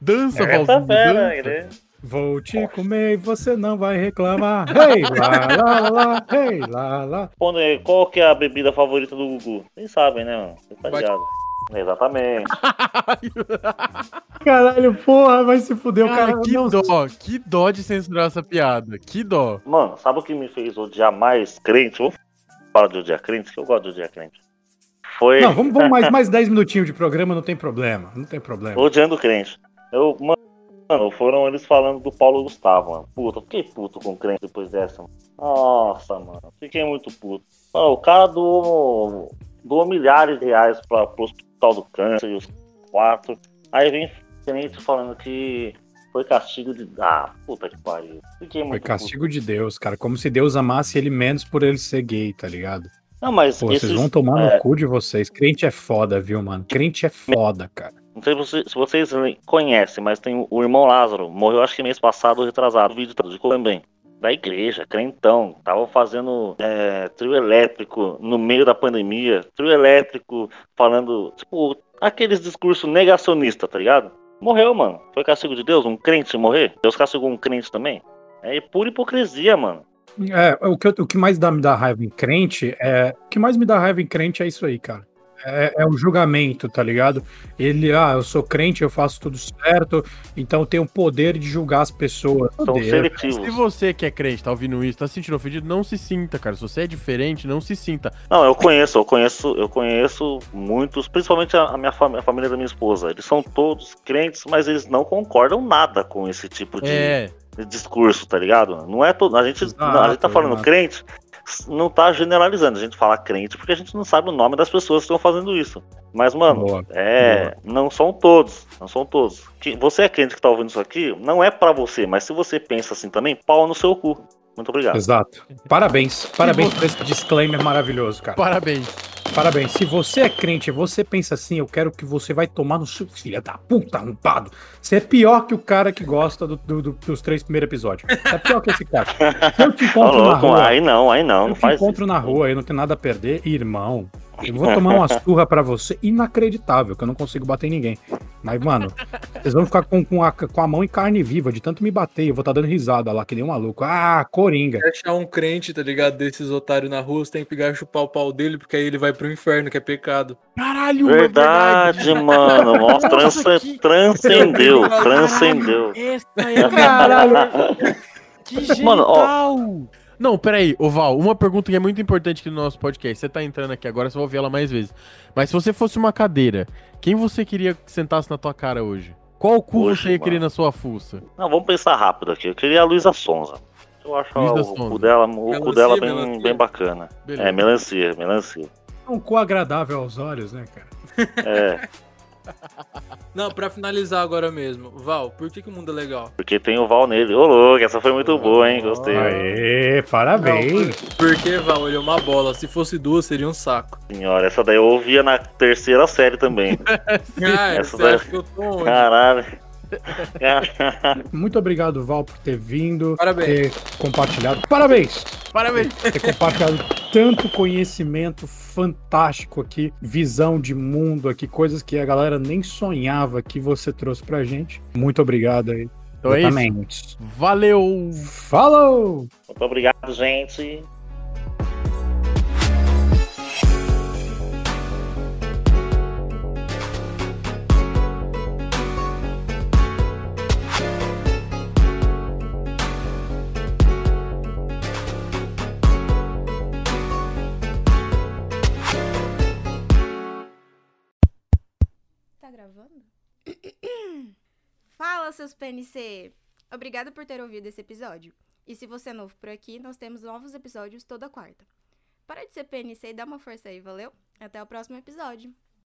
Dança, Essa Valzinho. fera, né? Dança. ele. Vou te comer e você não vai reclamar. Hey, lá, lá, lá, hey, lá, lá. Quando é- Qual que é a bebida favorita do Gugu? Vocês sabem, né, mano? Vocês tá Bate- ligado. Exatamente. Caralho, porra, vai se fuder. o Cara, cara que não- dó, que dó de censurar essa piada, que dó. Mano, sabe o que me fez odiar mais crente? Vamos falar de odiar crente, que eu gosto de odiar crente. Foi Não, vamos, vamos mais, mais 10 minutinhos de programa, não tem problema. Não tem problema. É. odiando crente. Eu, mano, foram eles falando do Paulo Gustavo, mano. Puta, eu fiquei puto com crente depois dessa. mano. Nossa, mano, fiquei muito puto. Mano, o cara doou, doou milhares de reais pra, pro Hospital do Câncer e os quatro. Aí vem crente falando que foi castigo de. Ah, puta que pariu. Fiquei Foi muito puto. castigo de Deus, cara. Como se Deus amasse ele menos por ele ser gay, tá ligado? Não, mas Pô, vocês esses- vão tomar é. no cu de vocês. Crente é foda, viu, mano? Crente é foda, cara. Não sei se você- se vocês le- conhecem, mas tem o- o irmão Lázaro. Morreu acho que mês passado, retrasado. O vídeo tá de Cor- também. Da igreja, crentão. Tava fazendo é, trio elétrico no meio da pandemia. Trio elétrico falando, tipo, aqueles discursos negacionistas, tá ligado? Morreu, mano. Foi castigo de Deus? Um crente morrer? Deus castigou um crente também? É pura hipocrisia, mano. É, o que, eu- o que mais dá, me dá raiva em crente é. O que mais me dá raiva em crente é isso aí, cara. É, é o julgamento, tá ligado? Ele, ah, eu sou crente, eu faço tudo certo, então eu tenho o poder de julgar as pessoas. São Poder. seletivos. Se você que é crente, tá ouvindo isso, tá se sentindo ofendido, não se sinta, cara. Se você é diferente, não se sinta. Não, eu conheço, eu conheço, eu conheço muitos, principalmente a, a minha fam- a família da minha esposa. Eles são todos crentes, mas eles não concordam nada com esse tipo de, É, de discurso, tá ligado? Não é todo, a gente, Exato, né? não, a gente tá falando exato. crente, s- não tá generalizando. A gente fala crente porque a gente não sabe o nome das pessoas que estão fazendo isso. Mas mano, Boa. é, não são todos, não são todos. Que- Você é crente que tá ouvindo isso aqui, não é pra você, mas se você pensa assim também, pau no seu cu. Muito obrigado. Exato. Parabéns. Parabéns bom. por esse disclaimer maravilhoso, cara. parabéns. Parabéns. Se você é crente e você pensa assim, eu quero que você vai tomar no seu filho da puta, arrombado. Você é pior que o cara que gosta do- do- do- dos três primeiros episódios. Você é pior que esse cara. Se eu te Ô, encontro na Tá louco, rua, aí não, aí não, eu não te faz isso. encontro na rua, eu não tenho nada a perder, irmão. Eu vou tomar uma surra pra você inacreditável, que eu não consigo bater em ninguém. Mas, mano, vocês vão ficar com, com a, com a mão em carne viva, de tanto me bater, eu vou estar dando risada lá, que nem um maluco. Ah, coringa. Quer achar um crente, tá ligado? Desses otários na rua, você tem que pegar e chupar o pau dele, porque aí ele vai pro inferno, que é pecado. Caralho, é Verdade, mano. Nossa, Nossa, transe- que- transcendeu, Caralho. transcendeu. Essa é caralho. que genial. Mano, Não, peraí, ô Val, uma pergunta que é muito importante aqui no nosso podcast. Você tá entrando aqui agora, você vai ouvir ela mais vezes. Mas se você fosse uma cadeira, quem você queria que sentasse na tua cara hoje? Qual cu Hoje, você ia mano. querer na sua fuça? Não, vamos pensar rápido aqui. Eu queria a Luísa Sonza. Eu acho Luísa o, Sonza. cu dela, o cu Melancia, dela bem, melancia. bem bacana. É, melancia, melancia. É um cu agradável aos olhos, né, cara? É, Não, pra finalizar agora mesmo, Val, por que, que o mundo é legal? porque tem o Val nele. Ô, louco, essa foi muito boa, hein? Gostei. Aê, parabéns. Não, por- porque, Val, ele é uma bola. Se fosse duas, seria um saco. Senhora, essa daí eu ouvia na terceira série também. Cara, Essa Ah, você daí- acha que eu tô onde? Caralho. Caralho. Muito obrigado, Val, por ter vindo, Parabéns. ter compartilhado. Parabéns! Parabéns. Ter compartilhado tanto conhecimento fantástico aqui, visão de mundo aqui, coisas que a galera nem sonhava que você trouxe pra gente. Muito obrigado aí. Então é isso. Exatamente. Valeu. Falou! Muito obrigado, gente. Tá gravando? Fala, seus PNC! Obrigada por ter ouvido esse episódio. E se você é novo por aqui, nós temos novos episódios toda quarta. Para de ser PNC e dá uma força aí, valeu? Até o próximo episódio.